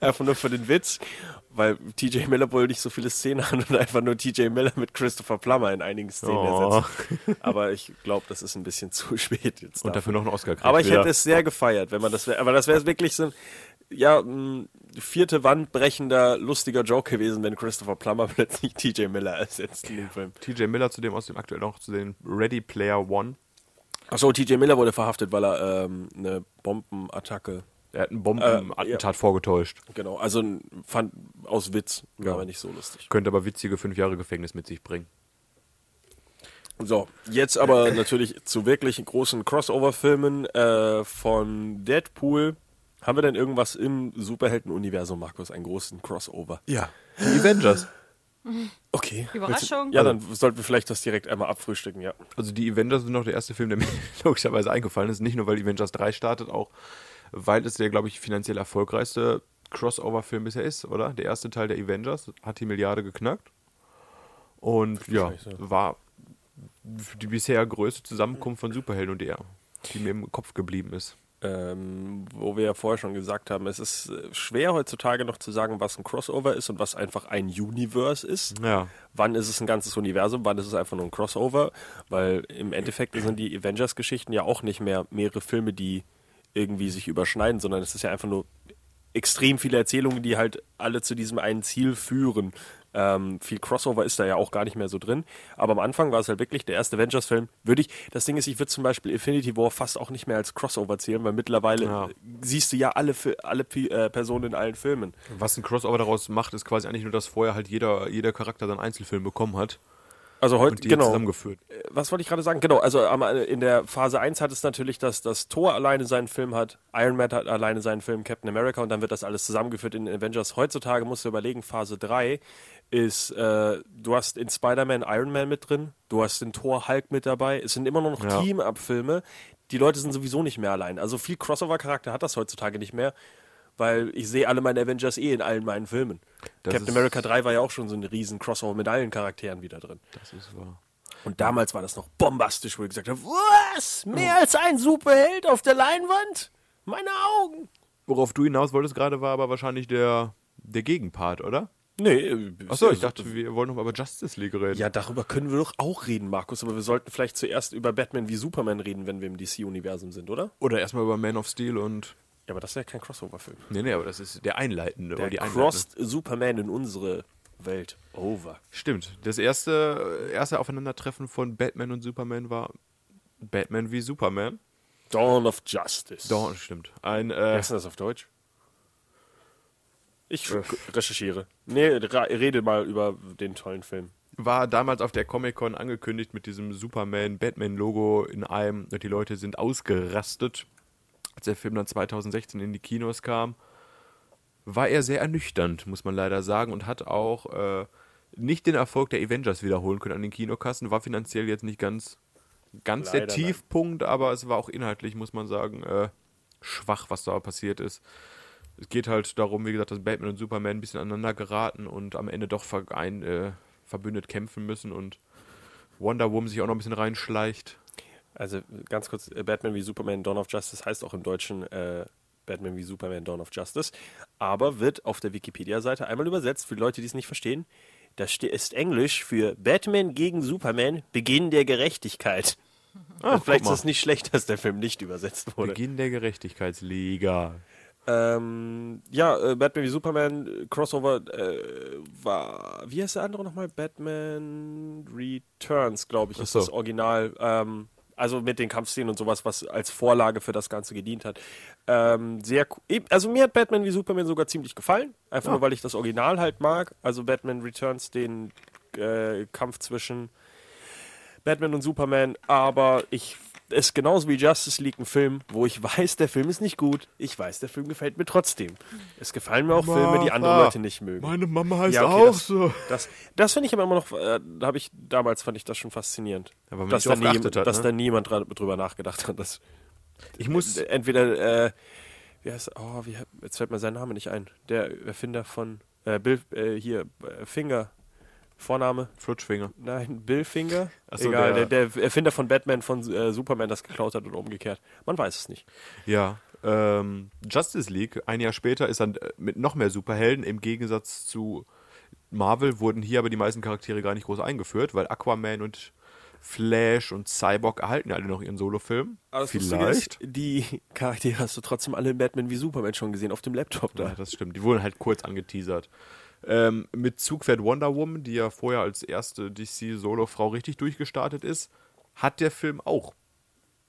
[SPEAKER 4] einfach nur für den Witz, weil TJ Miller wohl nicht so viele Szenen hat und einfach nur TJ Miller mit Christopher Plummer in einigen Szenen
[SPEAKER 5] Oh.
[SPEAKER 4] ersetzt. Aber ich glaube, das ist ein bisschen zu spät jetzt.
[SPEAKER 5] Und
[SPEAKER 4] dafür.
[SPEAKER 5] dafür noch einen Oscar kriegt.
[SPEAKER 4] Aber ich
[SPEAKER 5] wieder.
[SPEAKER 4] hätte es sehr gefeiert, wenn man das wär, aber das wäre wirklich so ein ja, mh, vierte Wand brechender, lustiger Joke gewesen, wenn Christopher Plummer plötzlich TJ Miller ersetzt in dem Film.
[SPEAKER 5] TJ Miller zudem aus dem aktuell noch zu sehen Ready Player One.
[SPEAKER 4] Achso, TJ Miller wurde verhaftet, weil er ähm, eine Bombenattacke,
[SPEAKER 5] Er hat ein Bombenattentat
[SPEAKER 4] Äh, ja.
[SPEAKER 5] vorgetäuscht.
[SPEAKER 4] genau, also ein- fand aus Witz,
[SPEAKER 5] Ja.
[SPEAKER 4] war aber nicht so lustig.
[SPEAKER 5] Könnte aber witzige fünf Jahre Gefängnis mit sich bringen.
[SPEAKER 4] So, jetzt aber natürlich zu wirklich großen Crossover-Filmen äh, von Deadpool. Haben wir denn irgendwas im Superhelden-Universum, Markus, einen großen Crossover?
[SPEAKER 5] Ja. Avengers.
[SPEAKER 4] Okay.
[SPEAKER 3] Überraschung.
[SPEAKER 4] Ja, dann sollten wir vielleicht das direkt einmal abfrühstücken, ja.
[SPEAKER 5] Also die Avengers sind noch der erste Film, der mir logischerweise eingefallen ist. Nicht nur, weil Avengers 3 startet, auch weil es der, glaube ich, finanziell erfolgreichste Crossover-Film bisher ist, oder? Der erste Teil der Avengers hat die Milliarde geknackt. Und ja, war die bisher größte Zusammenkunft von Superhelden und der, die mir im Kopf geblieben ist.
[SPEAKER 4] Ähm, wo wir ja vorher schon gesagt haben, es ist äh, schwer heutzutage noch zu sagen, was ein Crossover ist und was einfach ein Universe ist.
[SPEAKER 5] Ja.
[SPEAKER 4] Wann ist es ein ganzes Universum, wann ist es einfach nur ein Crossover? Weil im Endeffekt sind die Avengers-Geschichten ja auch nicht mehr mehrere Filme, die irgendwie sich überschneiden, sondern es ist ja einfach nur extrem viele Erzählungen, die halt alle zu diesem einen Ziel führen. Ähm, viel Crossover ist da ja auch gar nicht mehr so drin. Aber am Anfang war es halt wirklich der erste Avengers-Film. Würde ich, das Ding ist, ich würde zum Beispiel Infinity War fast auch nicht mehr als Crossover zählen, weil mittlerweile
[SPEAKER 5] Ja.
[SPEAKER 4] siehst du ja alle, Fi- alle Pi- äh, Personen in allen Filmen.
[SPEAKER 5] Was ein Crossover daraus macht, ist quasi eigentlich nur, dass vorher halt jeder, jeder Charakter seinen Einzelfilm bekommen hat
[SPEAKER 4] Also heute,
[SPEAKER 5] und die
[SPEAKER 4] genau.
[SPEAKER 5] zusammengeführt.
[SPEAKER 4] was wollte ich gerade sagen? Genau, also am- in der Phase 1 hat es natürlich, dass das Thor alleine seinen Film hat, Iron Man hat alleine seinen Film, Captain America und dann wird das alles zusammengeführt in Avengers. Heutzutage musst du überlegen, Phase 3 ist, äh, du hast in Spider-Man Iron Man mit drin, du hast den Thor Hulk mit dabei, es sind immer nur noch
[SPEAKER 5] Ja.
[SPEAKER 4] Team-Up-Filme, die Leute sind sowieso nicht mehr allein. Also viel Crossover-Charakter hat das heutzutage nicht mehr, weil ich sehe alle meine Avengers eh in allen meinen Filmen.
[SPEAKER 5] Das
[SPEAKER 4] Captain
[SPEAKER 5] ist-
[SPEAKER 4] America 3 war ja auch schon so ein riesen Crossover mit allen Charakteren wieder drin.
[SPEAKER 5] Das ist wahr.
[SPEAKER 4] Und damals war das noch bombastisch, wo ich gesagt habe, was? Mehr als ein Superheld auf der Leinwand? Meine Augen.
[SPEAKER 5] Worauf du hinaus wolltest gerade, war aber wahrscheinlich der, der Gegenpart, oder?
[SPEAKER 4] Nee,
[SPEAKER 5] Achso, ich dachte, wir wollen noch mal über Justice League reden.
[SPEAKER 4] Ja, darüber können wir doch auch reden, Markus, aber wir sollten vielleicht zuerst über Batman wie Superman reden, wenn wir im DC-Universum sind, oder?
[SPEAKER 5] Oder erstmal über Man of Steel und.
[SPEAKER 4] Ja, aber das ist ja kein Crossover-Film.
[SPEAKER 5] Nee, nee, aber das ist der einleitende. oder
[SPEAKER 4] Der
[SPEAKER 5] die einleitende.
[SPEAKER 4] crossed Superman in unsere Welt over.
[SPEAKER 5] Stimmt. Das erste, erste Aufeinandertreffen von Batman und Superman war Batman wie Superman.
[SPEAKER 4] Dawn of Justice.
[SPEAKER 5] Dawn, stimmt. Ein,
[SPEAKER 4] Wie
[SPEAKER 5] äh,
[SPEAKER 4] heißt denn das auf Deutsch? Ich recherchiere. Nee, ra- rede mal über den tollen Film.
[SPEAKER 5] war damals auf der Comic-Con angekündigt mit diesem Superman-Batman-Logo in einem und die Leute sind ausgerastet. Als der Film dann 2016 in die Kinos kam, war er sehr ernüchternd, muss man leider sagen, und hat auch äh, nicht den Erfolg der Avengers wiederholen können an den Kinokassen. War finanziell jetzt nicht ganz, ganz der
[SPEAKER 4] Leider nein.
[SPEAKER 5] Tiefpunkt, aber es war auch inhaltlich, muss man sagen, äh, schwach, was da passiert ist. Es geht halt darum, wie gesagt, dass Batman und Superman ein bisschen aneinander geraten und am Ende doch verein, äh, verbündet kämpfen müssen und Wonder Woman sich auch noch ein bisschen reinschleicht.
[SPEAKER 4] Also ganz kurz, äh, Batman wie Superman Dawn of Justice heißt auch im Deutschen äh, Batman wie Superman Dawn of Justice, aber wird auf der Wikipedia-Seite einmal übersetzt für die Leute, die es nicht verstehen. Das ste- ist Englisch für Batman gegen Superman, Beginn der Gerechtigkeit.
[SPEAKER 5] Ah, guck
[SPEAKER 4] Vielleicht ist
[SPEAKER 5] mal.
[SPEAKER 4] es nicht schlecht, dass der Film nicht übersetzt wurde.
[SPEAKER 5] Beginn der Gerechtigkeitsliga.
[SPEAKER 4] Ähm, ja, äh, Batman wie Superman, äh, Crossover äh, war, wie heißt der andere nochmal? Batman Returns, glaube ich,
[SPEAKER 5] Ach
[SPEAKER 4] ist
[SPEAKER 5] so.
[SPEAKER 4] das Original. Ähm, also mit den Kampfszenen und sowas, was als Vorlage für das Ganze gedient hat. Ähm, sehr co- eben- Also mir hat Batman wie Superman sogar ziemlich gefallen. Einfach
[SPEAKER 5] Ah.
[SPEAKER 4] nur, weil ich das Original halt mag. Also Batman Returns, den äh, Kampf zwischen Batman und Superman, aber ich ist genauso wie Justice League ein Film, wo ich weiß, der Film ist nicht gut. Ich weiß, der Film gefällt mir trotzdem. Es gefallen mir auch Filme, die andere
[SPEAKER 5] Martha,
[SPEAKER 4] Leute nicht mögen.
[SPEAKER 5] meine Mama heißt
[SPEAKER 4] Ja, okay,
[SPEAKER 5] auch
[SPEAKER 4] das,
[SPEAKER 5] so.
[SPEAKER 4] Das, das finde ich aber immer noch, äh, da habe ich damals fand ich das schon faszinierend.
[SPEAKER 5] Ja, weil man
[SPEAKER 4] dass
[SPEAKER 5] nicht
[SPEAKER 4] da,
[SPEAKER 5] drauf
[SPEAKER 4] nie,
[SPEAKER 5] geachtet hat,
[SPEAKER 4] dass
[SPEAKER 5] ne?
[SPEAKER 4] da niemand dra- drüber nachgedacht hat. Dass
[SPEAKER 5] Ich muss,
[SPEAKER 4] entweder, äh, wie heißt, oh, wie, jetzt fällt mir sein Name nicht ein. Der Erfinder von, äh, Bill, äh, hier, äh, Finger, Vorname.
[SPEAKER 5] Flutschfinger.
[SPEAKER 4] Nein, Bill Finger.
[SPEAKER 5] Ach so,
[SPEAKER 4] Egal,
[SPEAKER 5] der-
[SPEAKER 4] der, der, Erfinder von Batman von äh, Superman das geklaut hat oder umgekehrt. Man weiß es nicht.
[SPEAKER 5] Ja. Ähm, Justice League, ein Jahr später, ist dann äh, mit noch mehr Superhelden. Im Gegensatz zu Marvel wurden hier aber die meisten Charaktere gar nicht groß eingeführt, weil Aquaman und Flash und Cyborg erhalten ja alle noch ihren Solofilm. Vielleicht.
[SPEAKER 4] Die Charaktere hast du trotzdem alle in Batman wie Superman schon gesehen auf dem Laptop
[SPEAKER 5] Ja,
[SPEAKER 4] da.
[SPEAKER 5] das stimmt. Die wurden halt kurz angeteasert. Ähm, mit Zug fährt Wonder Woman, die ja vorher als erste DC-Solo-Frau richtig durchgestartet ist, hat der Film auch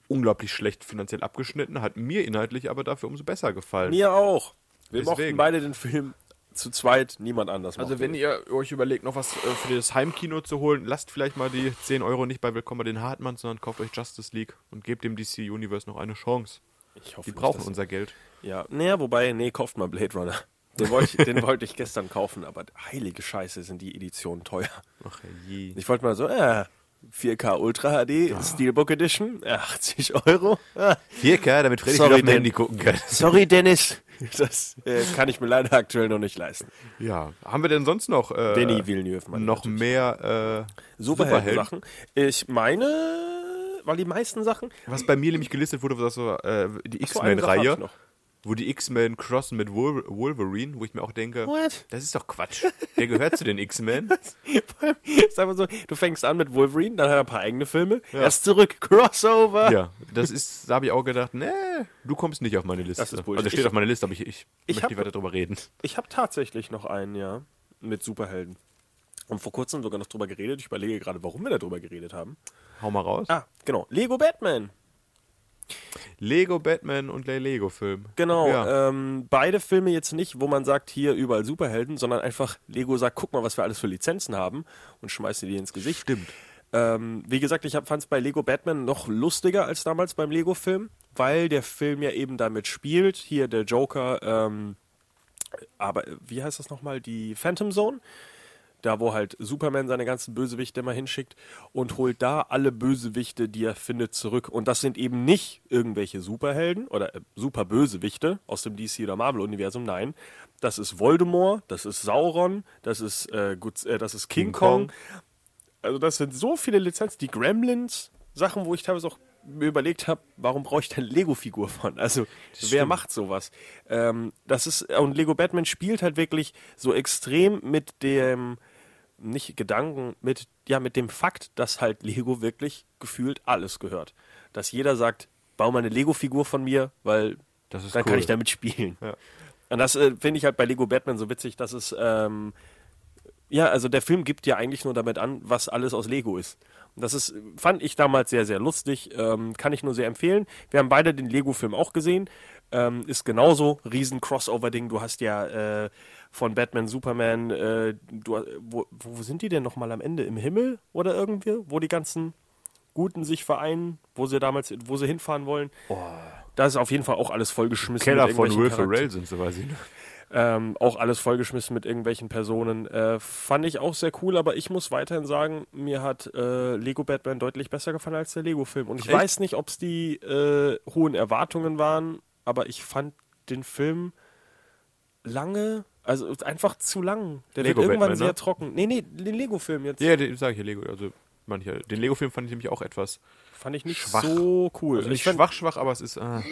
[SPEAKER 5] unglaublich schlecht finanziell abgeschnitten, hat mir inhaltlich aber dafür umso besser gefallen.
[SPEAKER 4] Mir auch. Wir
[SPEAKER 5] Deswegen.
[SPEAKER 4] mochten beide den Film zu zweit, niemand anders.
[SPEAKER 5] Also
[SPEAKER 4] mochte
[SPEAKER 5] wenn
[SPEAKER 4] ihn.
[SPEAKER 5] ihr euch überlegt, noch was äh, für das Heimkino zu holen, lasst vielleicht mal die 10 Euro nicht bei Willkommen bei den Hartmann, sondern kauft euch Justice League und gebt dem DC Universe noch eine Chance.
[SPEAKER 4] ich hoffe
[SPEAKER 5] Die
[SPEAKER 4] nicht,
[SPEAKER 5] brauchen
[SPEAKER 4] dass-
[SPEAKER 5] unser Geld.
[SPEAKER 4] Ja, naja, wobei, nee, kauft mal Blade Runner. Den wollte ich, den wollte ich gestern kaufen, aber heilige Scheiße sind die Editionen teuer.
[SPEAKER 5] Ach je.
[SPEAKER 4] Ich wollte mal so, äh, 4K Ultra HD, Steelbook Edition, 80 Euro. Ah.
[SPEAKER 5] 4K, damit Freddy
[SPEAKER 4] Sorry,
[SPEAKER 5] wieder auf dem
[SPEAKER 4] Dan.
[SPEAKER 5] Handy gucken kann.
[SPEAKER 4] Sorry, Dennis. Das äh, kann ich mir leider aktuell noch nicht leisten.
[SPEAKER 5] Ja, haben wir denn sonst noch äh,
[SPEAKER 4] Denis Villeneuve, meine ich
[SPEAKER 5] noch mehr äh,
[SPEAKER 4] Superhelden-Sachen. Ich meine, weil die meisten Sachen.
[SPEAKER 5] Was bei mir nämlich gelistet wurde, war so, äh, die
[SPEAKER 4] Ach so, eine Sache hab ich
[SPEAKER 5] X-Men-Reihe,
[SPEAKER 4] noch.
[SPEAKER 5] wo die X-Men crossen mit Wol Wolverine, wo ich mir auch denke,
[SPEAKER 4] What?
[SPEAKER 5] das ist doch Quatsch. Der gehört zu den X-Men.
[SPEAKER 4] Vor allem ist einfach so, du fängst an mit Wolverine, dann hat er ein paar eigene Filme, erst zurück, Crossover.
[SPEAKER 5] Ja, das ist, da habe ich auch gedacht, nee, du kommst nicht auf meine Liste.
[SPEAKER 4] Das ist Bullshit.
[SPEAKER 5] also steht
[SPEAKER 4] Ich-
[SPEAKER 5] auf meiner Liste, aber ich, ich,
[SPEAKER 4] Ich
[SPEAKER 5] möchte
[SPEAKER 4] hab-
[SPEAKER 5] nicht weiter drüber reden.
[SPEAKER 4] Ich habe tatsächlich noch einen, ja, mit Superhelden. haben vor kurzem sogar noch drüber geredet. Ich überlege gerade, warum wir darüber geredet haben.
[SPEAKER 5] Hau mal raus.
[SPEAKER 4] Ah, genau. Lego Batman.
[SPEAKER 5] Lego Batman und der Lego Film.
[SPEAKER 4] Genau.
[SPEAKER 5] Ja.
[SPEAKER 4] Ähm, beide Filme jetzt nicht, wo man sagt, hier überall Superhelden, sondern einfach Lego sagt, guck mal, was wir alles für Lizenzen haben und schmeißt die dir ins Gesicht.
[SPEAKER 5] Stimmt.
[SPEAKER 4] Ähm, wie gesagt, ich fand es bei Lego Batman noch lustiger als damals beim Lego-Film, weil der Film ja eben damit spielt. Hier der Joker, ähm, aber äh, wie heißt das nochmal? Die Phantom Zone. Da, wo halt Superman seine ganzen Bösewichte immer hinschickt und holt da alle Bösewichte, die er findet, zurück. Und das sind eben nicht irgendwelche Superhelden oder äh, Superbösewichte aus dem DC- oder Marvel-Universum. Nein, das ist Voldemort, das ist Sauron, das ist, äh, Guts- äh, das ist King,
[SPEAKER 5] King
[SPEAKER 4] Kong.
[SPEAKER 5] Kong.
[SPEAKER 4] Also das sind so viele Lizenzen, die Gremlins, Sachen, wo ich teilweise auch mir überlegt habe, warum brauche ich denn Lego-Figur von? Also wer macht sowas? Ähm, das ist und Lego Batman spielt halt wirklich so extrem mit dem nicht Gedanken, mit ja mit dem Fakt, dass halt Lego wirklich gefühlt alles gehört, dass jeder sagt, bau mal eine Lego-Figur von mir, weil
[SPEAKER 5] Das ist
[SPEAKER 4] dann kann
[SPEAKER 5] cool.
[SPEAKER 4] ich damit spielen.
[SPEAKER 5] Ja.
[SPEAKER 4] Und das äh, finde ich halt bei Lego Batman so witzig, dass es ähm, ja, also der Film gibt ja eigentlich nur damit an, was alles aus Lego ist. Und Das ist, fand ich damals sehr, sehr lustig. Ähm, kann ich nur sehr empfehlen. Wir haben beide den Lego-Film auch gesehen. Ähm, ist genauso riesen Crossover-Ding. Du hast ja äh, von Batman, Superman, äh, du, wo, wo sind die denn nochmal am Ende? Im Himmel oder irgendwie? Wo die ganzen Guten sich vereinen, wo sie damals, wo sie hinfahren wollen. Da ist auf jeden Fall auch alles vollgeschmissen.
[SPEAKER 5] Keller
[SPEAKER 4] mit
[SPEAKER 5] von Will
[SPEAKER 4] irgendwelchen
[SPEAKER 5] Ferrell sind sie, weiß ich nicht.
[SPEAKER 4] ähm, auch alles vollgeschmissen mit irgendwelchen Personen. Äh, fand ich auch sehr cool, aber ich muss weiterhin sagen, mir hat äh, Lego Batman deutlich besser gefallen als der Lego-Film. Und ich
[SPEAKER 5] Echt?
[SPEAKER 4] weiß nicht, ob es die äh, hohen Erwartungen waren, aber ich fand den Film lange, also einfach zu lang. Der
[SPEAKER 5] Lego
[SPEAKER 4] wird irgendwann
[SPEAKER 5] Batman,
[SPEAKER 4] sehr
[SPEAKER 5] ne?
[SPEAKER 4] trocken. Nee, nee, den Lego-Film jetzt
[SPEAKER 5] Ja, den sage ich ja Lego. Also mancher. Den Lego-Film fand ich nämlich auch etwas.
[SPEAKER 4] fand ich nicht
[SPEAKER 5] schwach.
[SPEAKER 4] so cool.
[SPEAKER 5] Also nicht
[SPEAKER 4] ich fand,
[SPEAKER 5] schwach, schwach, aber es ist. ah.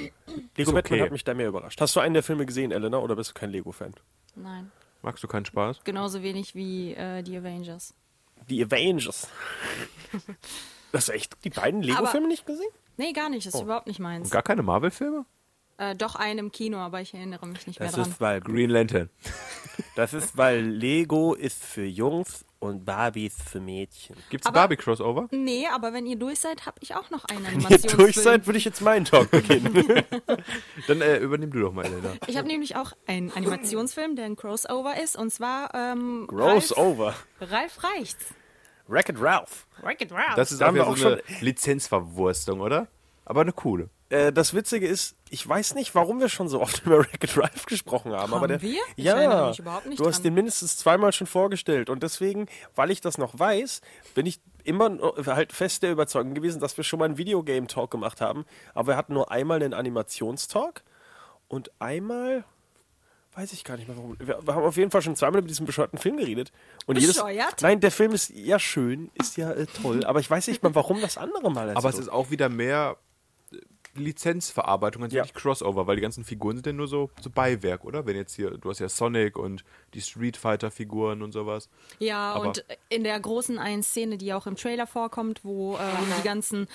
[SPEAKER 4] Lego
[SPEAKER 5] ist
[SPEAKER 4] Batman
[SPEAKER 5] okay.
[SPEAKER 4] hat mich da mehr überrascht. Hast du einen der Filme gesehen, Elena, oder bist du kein Lego-Fan?
[SPEAKER 6] Nein.
[SPEAKER 5] magst du keinen Spaß?
[SPEAKER 6] Genauso wenig wie äh, die Avengers.
[SPEAKER 4] Die Avengers. Das ist echt, die beiden Lego-Filme nicht gesehen?
[SPEAKER 6] Nee, gar nicht.
[SPEAKER 4] Oh.
[SPEAKER 6] Ist überhaupt nicht
[SPEAKER 5] Und
[SPEAKER 6] meins.
[SPEAKER 5] gar keine Marvel-Filme?
[SPEAKER 6] Äh, doch einen im Kino, aber ich erinnere mich nicht
[SPEAKER 4] Das
[SPEAKER 6] mehr dran.
[SPEAKER 4] ist, weil,
[SPEAKER 5] Green Lantern.
[SPEAKER 4] das ist, weil Lego ist für Jungs und Barbie ist für Mädchen.
[SPEAKER 5] Gibt's ein Barbie-Crossover?
[SPEAKER 6] Nee, aber wenn ihr durch seid, habe ich auch noch einen
[SPEAKER 4] Hier
[SPEAKER 6] Animationsfilm.
[SPEAKER 4] durch seid, würde ich jetzt meinen Talk beginnen.
[SPEAKER 5] Dann äh, übernimm du doch mal, Elena.
[SPEAKER 6] Ich habe nämlich auch einen Animationsfilm, der ein Crossover ist, und zwar ähm,
[SPEAKER 4] Crossover.
[SPEAKER 6] Ralf, Ralf Reichts.
[SPEAKER 4] Wreck-It Ralph.
[SPEAKER 5] Das ist
[SPEAKER 4] Da haben
[SPEAKER 5] einfach
[SPEAKER 4] wir
[SPEAKER 5] so
[SPEAKER 4] auch
[SPEAKER 5] eine Lizenzverwurstung, oder? Aber eine coole.
[SPEAKER 4] Äh, das Witzige ist, ich weiß nicht, warum wir schon so oft über Wreck-It Ralph gesprochen haben. aber der,
[SPEAKER 6] wir? Ich
[SPEAKER 4] ja,
[SPEAKER 6] erinnere mich überhaupt nicht
[SPEAKER 4] du hast
[SPEAKER 6] dran.
[SPEAKER 4] den mindestens zweimal schon vorgestellt. Und deswegen, weil ich das noch weiß, bin ich immer noch- halt fest der Überzeugung gewesen, dass wir schon mal einen Videogame-Talk gemacht haben. Aber wir hatten nur einmal einen Animationstalk und einmal... Weiß ich gar nicht mehr, warum. Wir wir haben auf jeden Fall schon zweimal über diesen bescheuerten Film geredet. Und Jedes,
[SPEAKER 6] Bescheuert?
[SPEAKER 4] nein, der Film ist ja schön, ist ja äh, toll, aber ich weiß nicht mal, warum das andere Mal. als
[SPEAKER 5] Aber es
[SPEAKER 4] so-
[SPEAKER 5] ist auch wieder mehr äh, Lizenzverarbeitung als
[SPEAKER 4] Ja.
[SPEAKER 5] wirklich Crossover, weil die ganzen Figuren sind ja nur so, so Beiwerk, oder? Wenn jetzt hier, du hast ja Sonic und die Street Fighter-Figuren und sowas.
[SPEAKER 6] Ja,
[SPEAKER 5] Aber-
[SPEAKER 6] und in der großen einen Szene, die auch im Trailer vorkommt, wo ähm, die ganzen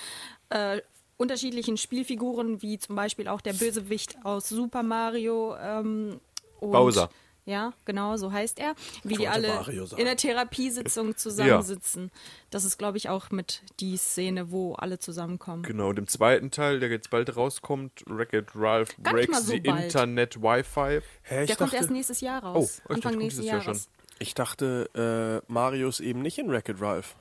[SPEAKER 6] äh, unterschiedlichen Spielfiguren, wie zum Beispiel auch der Bösewicht aus Super Mario ähm, und
[SPEAKER 5] Bowser.
[SPEAKER 6] Ja, genau, so heißt er. Wie die
[SPEAKER 4] wollte
[SPEAKER 6] alle
[SPEAKER 4] Mario sagen.
[SPEAKER 6] in der Therapiesitzung zusammensitzen. Das ist, glaube ich, auch mit die Szene, wo alle zusammenkommen.
[SPEAKER 5] Genau, und im zweiten Teil, der jetzt bald rauskommt, Wreck-It Ralph
[SPEAKER 6] Gar nicht mal
[SPEAKER 5] breaks
[SPEAKER 6] so
[SPEAKER 5] the
[SPEAKER 6] bald.
[SPEAKER 5] Internet Wi-Fi.
[SPEAKER 4] Hä, ich
[SPEAKER 6] der kommt
[SPEAKER 4] dachte-
[SPEAKER 6] erst nächstes Jahr
[SPEAKER 5] Oh,
[SPEAKER 6] raus.
[SPEAKER 5] ich dachte,
[SPEAKER 6] Anfang
[SPEAKER 5] kommt
[SPEAKER 6] nächsten
[SPEAKER 5] dieses Jahr
[SPEAKER 6] Jahres.
[SPEAKER 5] schon.
[SPEAKER 4] Ich dachte, äh, Mario ist eben nicht in Wreck-It Ralph.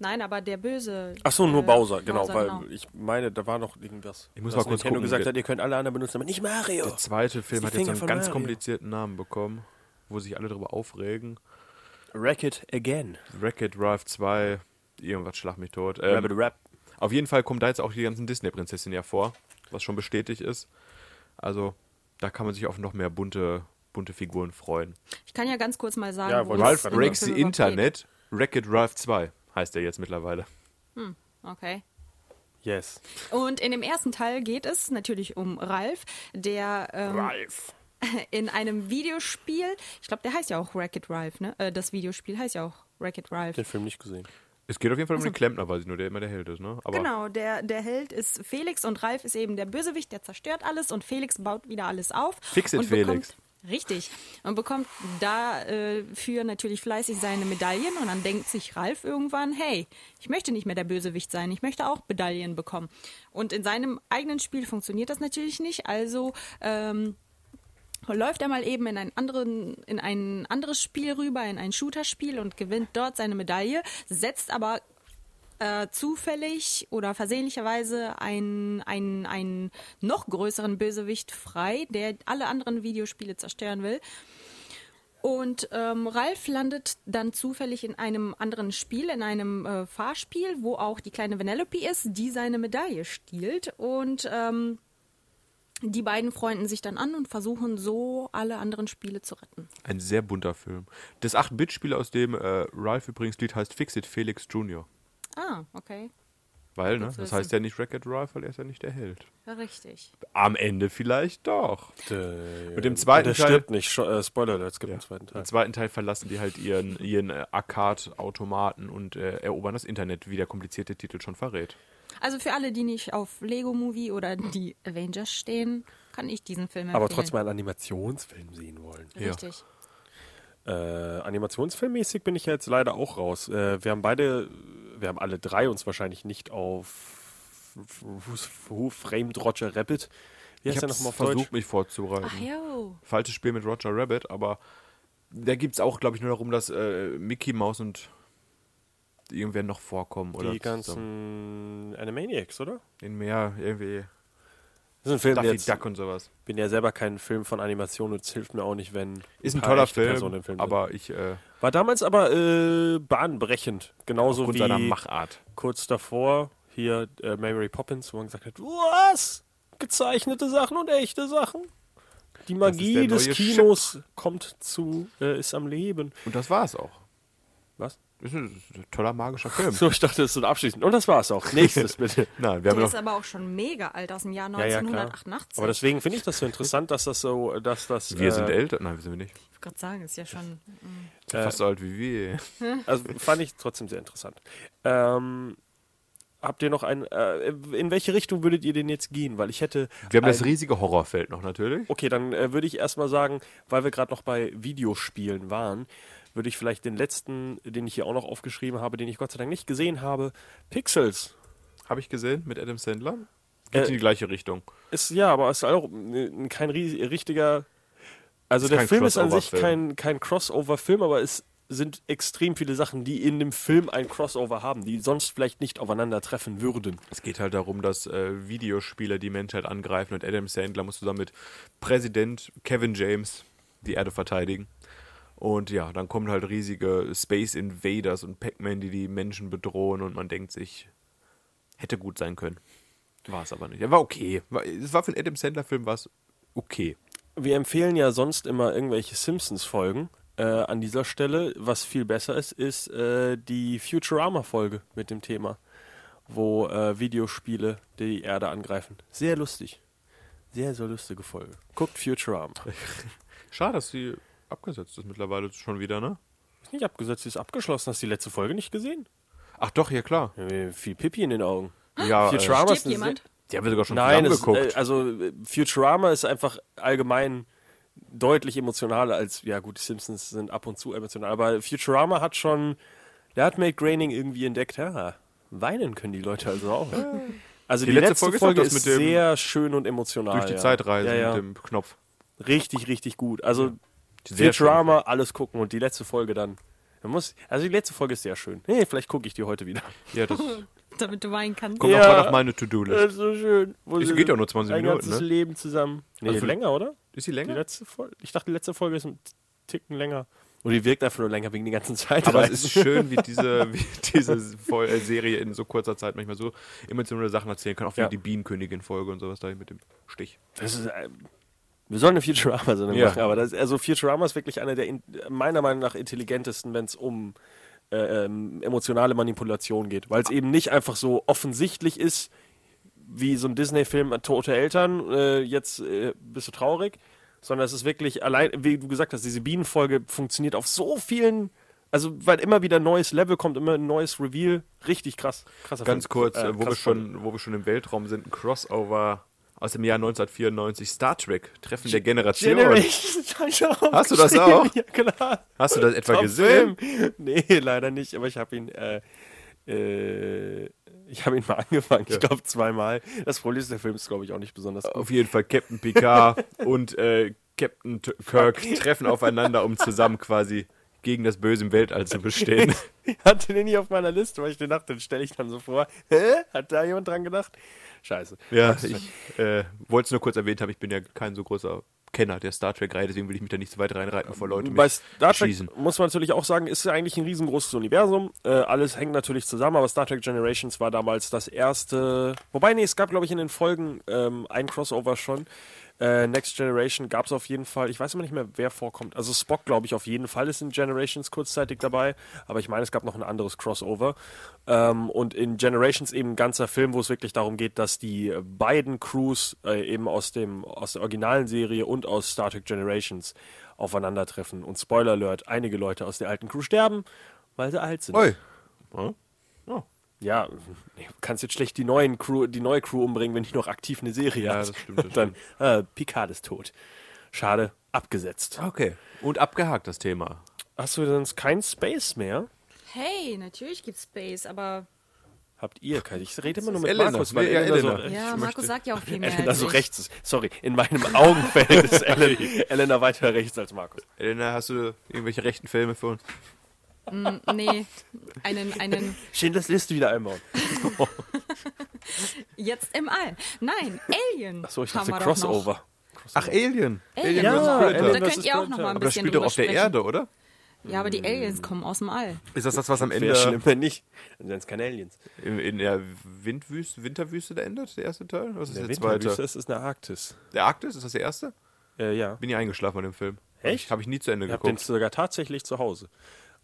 [SPEAKER 6] Nein, aber der böse.
[SPEAKER 4] Achso, nur
[SPEAKER 6] äh,
[SPEAKER 4] Bowser, genau, weil
[SPEAKER 6] genau.
[SPEAKER 4] ich meine, da war noch irgendwas.
[SPEAKER 5] Ich muss
[SPEAKER 4] was
[SPEAKER 5] mal kurz
[SPEAKER 4] Nintendo
[SPEAKER 5] gucken.
[SPEAKER 4] gesagt hat, ihr könnt alle anderen benutzen, aber nicht Mario.
[SPEAKER 5] Der zweite Film
[SPEAKER 4] die
[SPEAKER 5] hat jetzt so
[SPEAKER 4] Finger
[SPEAKER 5] einen
[SPEAKER 4] von
[SPEAKER 5] ganz
[SPEAKER 4] Mario.
[SPEAKER 5] komplizierten Namen bekommen, wo sich alle drüber aufregen.
[SPEAKER 4] Wreck-It Again.
[SPEAKER 5] Wreck-It Ralph 2, irgendwas schlag mich tot. Ähm,
[SPEAKER 4] Rabbit Rap.
[SPEAKER 5] Auf jeden Fall kommen da jetzt auch die ganzen Disney-Prinzessinnen ja vor, was schon bestätigt ist. Also da kann man sich auf noch mehr bunte, bunte Figuren freuen.
[SPEAKER 6] Ich kann ja ganz kurz mal sagen,
[SPEAKER 4] Ja,
[SPEAKER 6] wo
[SPEAKER 4] wollte ich
[SPEAKER 6] das
[SPEAKER 4] gerade
[SPEAKER 6] in
[SPEAKER 5] Ralph
[SPEAKER 6] dem
[SPEAKER 5] Breaks
[SPEAKER 6] Film
[SPEAKER 5] the
[SPEAKER 6] überhaupt geht.
[SPEAKER 5] Internet, Wreck-It Ralph 2 heißt der jetzt mittlerweile.
[SPEAKER 6] Okay.
[SPEAKER 4] Yes.
[SPEAKER 6] Und in dem ersten Teil geht es natürlich um Ralf, der ähm,
[SPEAKER 4] Ralph.
[SPEAKER 6] in einem Videospiel, ich glaube, der heißt ja auch Racket Ralph, ne? Äh, das Videospiel heißt ja auch Racket Ralph.
[SPEAKER 4] Den Film nicht gesehen.
[SPEAKER 5] Es geht auf jeden Fall um
[SPEAKER 4] Also
[SPEAKER 5] den Klempner, weiß ich nur, der immer der Held ist, ne? Aber
[SPEAKER 6] Genau, der, der Held ist Felix und Ralf ist eben der Bösewicht, der zerstört alles und Felix baut wieder alles auf.
[SPEAKER 5] Fix it,
[SPEAKER 6] und
[SPEAKER 5] Felix.
[SPEAKER 6] Bekommt, Richtig. Man bekommt dafür natürlich fleißig seine Medaillen und dann denkt sich Ralf irgendwann, hey, ich möchte nicht mehr der Bösewicht sein, ich möchte auch Medaillen bekommen. Und in seinem eigenen Spiel funktioniert das natürlich nicht, also ähm, läuft er mal eben in, einen anderen, in ein anderes Spiel rüber, in ein Shooter-Spiel und gewinnt dort seine Medaille, setzt aber äh, zufällig oder versehentlicherweise einen, einen, einen noch größeren Bösewicht frei, der alle anderen Videospiele zerstören will. Und ähm, Ralf landet dann zufällig in einem anderen Spiel, in einem äh, Fahrspiel, wo auch die kleine Vanellope ist, die seine Medaille stiehlt. Und ähm, die beiden freunden sich dann an und versuchen so, alle anderen Spiele zu retten.
[SPEAKER 5] Ein sehr bunter Film. Das 8-Bit-Spiel, aus dem äh, Ralph übrigens Lied heißt Fix It Felix Jr.
[SPEAKER 6] Ah, okay.
[SPEAKER 5] Weil, ne?
[SPEAKER 6] zu
[SPEAKER 5] Das
[SPEAKER 6] wissen.
[SPEAKER 5] heißt ja nicht Racket Ralph, weil er ist ja nicht der Held.
[SPEAKER 6] Richtig.
[SPEAKER 5] Am Ende vielleicht doch.
[SPEAKER 4] Mit
[SPEAKER 5] dem zweiten
[SPEAKER 4] Der
[SPEAKER 5] Teil-
[SPEAKER 4] stirbt nicht. Scho- Äh, Spoiler, alert, es gibt einen zweiten Teil.
[SPEAKER 5] Im zweiten Teil verlassen die halt ihren, ihren äh, Arcade-Automaten und äh, erobern das Internet, wie der komplizierte Titel schon verrät.
[SPEAKER 6] Also für alle, die nicht auf Lego Movie oder die Avengers stehen, kann ich diesen Film empfehlen.
[SPEAKER 4] Aber trotzdem einen Animationsfilm sehen wollen.
[SPEAKER 6] Richtig.
[SPEAKER 4] Äh, animationsfilmmäßig bin ich ja jetzt leider auch raus. Äh, wir haben beide, wir haben alle drei uns wahrscheinlich nicht auf Who Framed Roger Rabbit. Wie heißt der
[SPEAKER 5] hab's
[SPEAKER 4] nochmal auf
[SPEAKER 5] versucht,
[SPEAKER 4] Deutsch?
[SPEAKER 5] mich vorzubereiten.
[SPEAKER 6] Ach Ah, jo.
[SPEAKER 5] Falsches Spiel mit Roger Rabbit, aber da gibt es auch, glaube ich, nur darum, dass äh, Mickey Mouse und irgendwer noch vorkommen. Oder
[SPEAKER 4] Die
[SPEAKER 5] zusammen.
[SPEAKER 4] ganzen Animaniacs, oder?
[SPEAKER 5] In mehr, irgendwie.
[SPEAKER 4] Das ist ein Film, der
[SPEAKER 5] Daffy
[SPEAKER 4] jetzt,
[SPEAKER 5] Duck und sowas.
[SPEAKER 4] bin ja selber kein Film von Animation und es hilft mir auch nicht, wenn
[SPEAKER 5] Ist ein
[SPEAKER 4] paar
[SPEAKER 5] toller
[SPEAKER 4] echte Personen
[SPEAKER 5] Film,
[SPEAKER 4] im Film sind.
[SPEAKER 5] aber ich, äh,
[SPEAKER 4] War damals aber äh, bahnbrechend. Genauso
[SPEAKER 5] aufgrund
[SPEAKER 4] wie
[SPEAKER 5] seiner Machart.
[SPEAKER 4] kurz davor hier äh, Mary Poppins, wo man gesagt hat, was? Gezeichnete Sachen und echte Sachen. Die Magie
[SPEAKER 5] der
[SPEAKER 4] des
[SPEAKER 5] neue
[SPEAKER 4] Kinos kommt zu, äh, ist am Leben.
[SPEAKER 5] Und das war es auch.
[SPEAKER 4] Was?
[SPEAKER 5] Ist ein toller magischer Film.
[SPEAKER 4] So, ich dachte, das ist so ein Abschließend. Und das war's auch. Nächstes bitte.
[SPEAKER 5] Nein, wir haben
[SPEAKER 6] Der ist
[SPEAKER 5] noch.
[SPEAKER 6] aber auch schon mega alt, aus dem Jahr
[SPEAKER 4] Ja, ja, klar.
[SPEAKER 6] 1988.
[SPEAKER 4] Aber deswegen finde ich das so interessant, dass das so, äh, dass das.
[SPEAKER 5] Wir
[SPEAKER 4] äh,
[SPEAKER 5] sind älter. Nein, wir sind wir nicht.
[SPEAKER 6] ich wollte gerade sagen, ist ja schon.
[SPEAKER 5] Fast so alt wie Äh. wir.
[SPEAKER 4] Also fand ich trotzdem sehr interessant. Ähm, habt ihr noch ein. Äh, in welche Richtung würdet ihr denn jetzt gehen? Weil ich hätte.
[SPEAKER 5] Wir haben
[SPEAKER 4] ein,
[SPEAKER 5] das riesige Horrorfeld noch natürlich.
[SPEAKER 4] Okay, dann äh, würde ich erstmal sagen, weil wir gerade noch bei Videospielen waren, würde ich vielleicht den letzten, den ich hier auch noch aufgeschrieben habe, den ich Gott sei Dank nicht gesehen habe, Pixels.
[SPEAKER 5] Habe ich gesehen mit Adam Sandler. Geht
[SPEAKER 4] Äh,
[SPEAKER 5] in die gleiche Richtung.
[SPEAKER 4] Ist ja, aber ist auch äh, kein ries- richtiger. Also
[SPEAKER 5] Ist
[SPEAKER 4] der
[SPEAKER 5] kein
[SPEAKER 4] Film ist an sich
[SPEAKER 5] Crossover-Film.
[SPEAKER 4] kein, kein Crossover-Film, aber es sind extrem viele Sachen, die in dem Film ein Crossover haben, die sonst vielleicht nicht aufeinandertreffen würden.
[SPEAKER 5] Es geht halt darum, dass äh, Videospieler die Menschheit angreifen und Adam Sandler muss zusammen mit Präsident Kevin James die Erde verteidigen. Und ja, dann kommen halt riesige Space Invaders und Pac-Man, die die Menschen bedrohen und man denkt sich, hätte gut sein können. War es aber nicht. Ja, War okay. War, es war für einen Adam Sandler-Film war es okay.
[SPEAKER 4] Wir empfehlen ja sonst immer irgendwelche Simpsons-Folgen. Äh, an dieser Stelle, was viel besser ist, ist äh, die Futurama-Folge mit dem Thema, wo äh, Videospiele die Erde angreifen. Sehr lustig. Sehr, sehr lustige Folge. Guckt Futurama.
[SPEAKER 5] Schade, dass sie abgesetzt ist mittlerweile schon wieder, ne?
[SPEAKER 4] Ist nicht abgesetzt, sie ist abgeschlossen. Hast du die letzte Folge nicht gesehen?
[SPEAKER 5] Ach doch, ja klar.
[SPEAKER 4] Äh, Viel Pipi in den Augen.
[SPEAKER 5] Ja, äh,
[SPEAKER 4] Futurama
[SPEAKER 6] Stirbt jemand?
[SPEAKER 5] die haben wir sogar schon
[SPEAKER 4] Nein, es,
[SPEAKER 5] zusammengeguckt.
[SPEAKER 4] äh, also äh, Futurama ist einfach allgemein deutlich emotionaler als, ja gut, die Simpsons sind ab und zu emotional, aber Futurama hat schon, der hat Matt Groening irgendwie entdeckt, ja, weinen können die Leute also auch. Also die, letzte, Folge,
[SPEAKER 5] ist doch das
[SPEAKER 4] ist,
[SPEAKER 5] mit dem-
[SPEAKER 4] sehr schön und emotional.
[SPEAKER 5] durch die
[SPEAKER 4] ah, ja.
[SPEAKER 5] Zeitreise
[SPEAKER 4] ja, ja.
[SPEAKER 5] mit dem Knopf.
[SPEAKER 4] Richtig, richtig gut. Also
[SPEAKER 5] Sehr
[SPEAKER 4] Futurama, alles gucken und die letzte Folge dann. Man muss, also die letzte Folge ist sehr schön. Nee, vielleicht gucke ich die heute wieder.
[SPEAKER 5] Ja, das kommt
[SPEAKER 6] Damit du weinen kannst.
[SPEAKER 4] Ja.
[SPEAKER 5] auch mal auf meine To-Do-List.
[SPEAKER 4] ist so schön. Wo
[SPEAKER 5] Es
[SPEAKER 4] sie
[SPEAKER 5] geht ja nur 20
[SPEAKER 4] ein
[SPEAKER 5] Minuten,
[SPEAKER 4] ganzes
[SPEAKER 5] ne?
[SPEAKER 4] Leben zusammen. Nee,
[SPEAKER 5] Also für-
[SPEAKER 4] länger, oder?
[SPEAKER 5] Ist die
[SPEAKER 4] Äh, Die
[SPEAKER 5] länger?
[SPEAKER 4] letzte Folge. Ich dachte, die letzte Folge ist ein Ticken länger. Und die wirkt einfach nur länger wegen der ganzen Zeit.
[SPEAKER 5] Aber es ist schön, wie diese, wie diese Vol- äh, Serie in so kurzer Zeit manchmal so emotionale Sachen erzählen kann. Auch wie
[SPEAKER 4] Ja.
[SPEAKER 5] die Bienenkönigin-Folge und sowas da mit dem Stich.
[SPEAKER 4] das ist äh, wir sollen eine Futurama-Sendung
[SPEAKER 5] Ja.
[SPEAKER 4] machen, aber das, also Futurama ist wirklich einer der in, meiner Meinung nach intelligentesten, wenn es um äh, ähm, emotionale Manipulation geht. Weil es eben nicht einfach so offensichtlich ist, wie so ein Disney-Film äh, Tote Eltern, äh, jetzt äh, bist du traurig, sondern es ist wirklich allein, wie du gesagt hast, diese Bienenfolge funktioniert auf so vielen, also weil immer wieder ein neues Level kommt, immer ein neues Reveal, richtig krass. Krasser
[SPEAKER 5] Ganz
[SPEAKER 4] Film.
[SPEAKER 5] kurz,
[SPEAKER 4] Äh,
[SPEAKER 5] äh,
[SPEAKER 4] krasse
[SPEAKER 5] wo, wir
[SPEAKER 4] Folge.
[SPEAKER 5] schon, wo wir schon im Weltraum sind, ein Crossover aus dem Jahr 1994, Star Trek, Treffen der Generation.
[SPEAKER 4] Generation.
[SPEAKER 5] Hast du das auch?
[SPEAKER 4] Ja, klar.
[SPEAKER 5] Hast du das etwa
[SPEAKER 4] Top
[SPEAKER 5] gesehen?
[SPEAKER 4] Film. Nee, leider nicht, aber ich habe ihn, äh, äh, ich habe ihn mal angefangen, ich glaube zweimal. Das Problem ist, der Film ist, glaube ich, auch nicht besonders gut.
[SPEAKER 5] Auf jeden Fall Captain Picard und äh, Captain T Kirk treffen aufeinander, um zusammen quasi gegen das Böse im Weltall zu bestehen.
[SPEAKER 4] Ich hatte den nicht auf meiner Liste, weil ich den dachte, den stelle ich dann so vor. Hä? Hat da jemand dran gedacht? Scheiße.
[SPEAKER 5] Ja, ich äh, wollte es nur kurz erwähnt haben, ich bin ja kein so großer Kenner der Star Trek-Reihe, deswegen will ich mich da nicht so weit reinreiten, bevor Leute mich
[SPEAKER 4] Bei Star Trek
[SPEAKER 5] schießen.
[SPEAKER 4] muss man natürlich auch sagen, ist ja eigentlich ein riesengroßes Universum. Äh, alles hängt natürlich zusammen, aber Star Trek Generations war damals das erste. Wobei, nee, es gab, glaube ich, in den Folgen ähm, ein Crossover schon. Äh, Next Generation gab es auf jeden Fall. Ich weiß immer nicht mehr, wer vorkommt. Also Spock, glaube ich, auf jeden Fall ist in Generations kurzzeitig dabei. Aber ich meine, es gab noch ein anderes Crossover. Ähm, und in Generations eben ein ganzer Film, wo es wirklich darum geht, dass die beiden Crews äh, eben aus, dem, aus der originalen Serie und aus Star Trek Generations aufeinandertreffen. Und Spoiler Alert, einige Leute aus der alten Crew sterben, weil sie alt sind.
[SPEAKER 5] Oi.
[SPEAKER 4] Ja, nee, du kannst jetzt schlecht die neuen Crew, die neue Crew umbringen, wenn die noch aktiv eine Serie
[SPEAKER 5] Ja,
[SPEAKER 4] hat.
[SPEAKER 5] das stimmt, das
[SPEAKER 4] Dann äh, Picard ist tot. Schade, abgesetzt.
[SPEAKER 5] Okay. Und abgehakt das Thema.
[SPEAKER 4] Hast du sonst kein Space mehr?
[SPEAKER 6] Hey, natürlich gibt's Space, aber
[SPEAKER 4] Habt ihr? keine- Ich rede immer nur mit
[SPEAKER 5] Elena.
[SPEAKER 4] Markus, weil
[SPEAKER 5] Nee, ja,
[SPEAKER 4] Elena, so,
[SPEAKER 5] Elena.
[SPEAKER 4] äh,
[SPEAKER 6] ja, Marco sagt ja auch viel mehr.
[SPEAKER 4] Elena
[SPEAKER 6] als
[SPEAKER 4] so
[SPEAKER 6] ich.
[SPEAKER 4] rechts ist. Sorry, in meinem Augenfeld ist Elena, Elena weiter rechts als Markus.
[SPEAKER 5] Elena, hast du irgendwelche rechten Filme für uns?
[SPEAKER 6] Nee, einen, einen
[SPEAKER 4] Schindlers Liste wieder einbauen.
[SPEAKER 6] jetzt im All. Nein, Alien.
[SPEAKER 4] Achso, ich
[SPEAKER 6] haben
[SPEAKER 4] dachte
[SPEAKER 6] wir doch noch.
[SPEAKER 4] Crossover.
[SPEAKER 5] Ach, Alien.
[SPEAKER 6] Alien.
[SPEAKER 4] Ja,
[SPEAKER 5] vs. Predator.
[SPEAKER 4] Alien
[SPEAKER 6] Da
[SPEAKER 4] das
[SPEAKER 6] könnt
[SPEAKER 4] ist
[SPEAKER 6] ihr auch
[SPEAKER 4] Predator.
[SPEAKER 6] noch mal ein
[SPEAKER 5] Aber das
[SPEAKER 6] bisschen
[SPEAKER 5] spielt doch
[SPEAKER 6] drüber
[SPEAKER 5] auf der
[SPEAKER 6] sprechen.
[SPEAKER 5] Erde, oder?
[SPEAKER 6] Ja, aber die Aliens kommen aus dem All.
[SPEAKER 5] Ist das das, was am
[SPEAKER 4] Wäre schlimm, wenn nicht. Dann sind es keine Aliens.
[SPEAKER 5] in, in der Windwüste, Winterwüste da endet, der erste Teil? Was ist der,
[SPEAKER 4] Der
[SPEAKER 5] zweite?
[SPEAKER 4] Winterwüste ist, ist eine Arktis.
[SPEAKER 5] Der Arktis, ist das der erste?
[SPEAKER 4] Äh, ja.
[SPEAKER 5] Bin ich eingeschlafen bei dem Film.
[SPEAKER 4] Echt?
[SPEAKER 5] Habe ich nie zu Ende
[SPEAKER 4] Ich habe den
[SPEAKER 5] geguckt.
[SPEAKER 4] sogar tatsächlich zu Hause.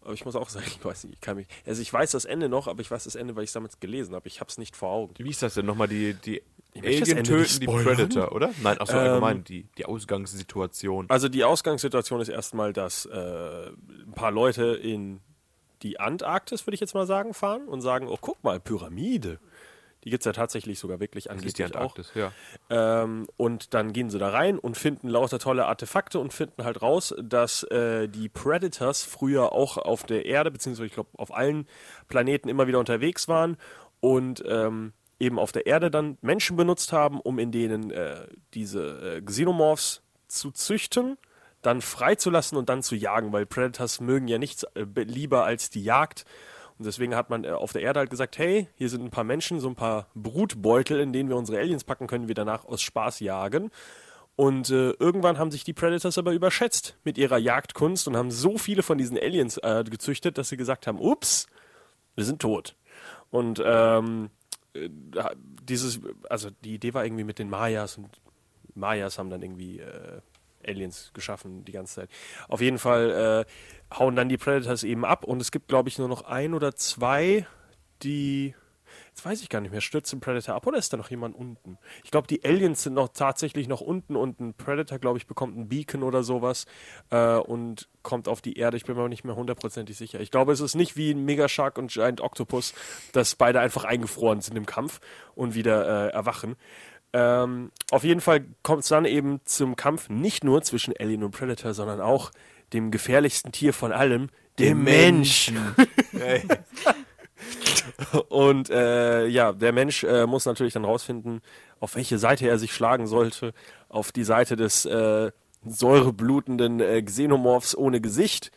[SPEAKER 4] Aber ich muss auch sagen, ich weiß nicht, ich kann mich. Also ich weiß das Ende noch, aber ich weiß das Ende, weil ich es damals gelesen habe. Ich habe es nicht vor Augen.
[SPEAKER 5] Wie ist das denn nochmal? Die, die
[SPEAKER 4] möchte das
[SPEAKER 5] Alien
[SPEAKER 4] Ende nicht
[SPEAKER 5] töten die
[SPEAKER 4] spoilern.
[SPEAKER 5] Predator, oder? Nein, auch so allgemein, die, die Ausgangssituation.
[SPEAKER 4] Also die Ausgangssituation ist erstmal, dass äh, ein paar Leute in die Antarktis, würde ich jetzt mal sagen, fahren und sagen, oh, guck mal, Pyramide. Die gibt es ja tatsächlich sogar wirklich
[SPEAKER 5] Das
[SPEAKER 4] angeblich
[SPEAKER 5] ist die
[SPEAKER 4] auch.
[SPEAKER 5] Antarktis, ja.
[SPEAKER 4] Ähm, und dann gehen sie da rein und finden lauter tolle Artefakte und finden halt raus, dass äh, die Predators früher auch auf der Erde, beziehungsweise ich glaube auf allen Planeten immer wieder unterwegs waren und ähm, eben auf der Erde dann Menschen benutzt haben, um in denen äh, diese äh, Xenomorphs zu züchten, dann freizulassen und dann zu jagen, weil Predators mögen ja nichts äh, be- lieber als die Jagd. Und deswegen hat man äh, auf der Erde halt gesagt, hey, hier sind ein paar Menschen, so ein paar Brutbeutel, in denen wir unsere Aliens packen können, wir danach aus Spaß jagen. Und äh, irgendwann haben sich die Predators aber überschätzt mit ihrer Jagdkunst und haben so viele von diesen Aliens äh, gezüchtet, dass sie gesagt haben, ups, wir sind tot. Und ähm, äh, dieses, also die Idee war irgendwie mit den Mayas und Mayas haben dann irgendwie äh, Aliens geschaffen die ganze Zeit. Auf jeden Fall äh, hauen dann die Predators eben ab und es gibt, glaube ich, nur noch ein oder zwei, die. Jetzt weiß ich gar nicht mehr, stürzt ein Predator ab oder ist da noch jemand unten? Ich glaube, die Aliens sind noch tatsächlich noch unten und ein Predator, glaube ich, bekommt ein Beacon oder sowas äh, und kommt auf die Erde. Ich bin mir aber nicht mehr hundertprozentig sicher. Ich glaube, es ist nicht wie ein Megashark und Giant Octopus, dass beide einfach eingefroren sind im Kampf und wieder äh, erwachen. Ähm, auf jeden Fall kommt es dann eben zum Kampf nicht nur zwischen Alien und Predator, sondern auch dem gefährlichsten Tier von allem, dem Menschen. und äh, ja, der Mensch äh, muss natürlich dann rausfinden, auf welche Seite er sich schlagen sollte. Auf die Seite des äh, säureblutenden äh, Xenomorphs ohne Gesicht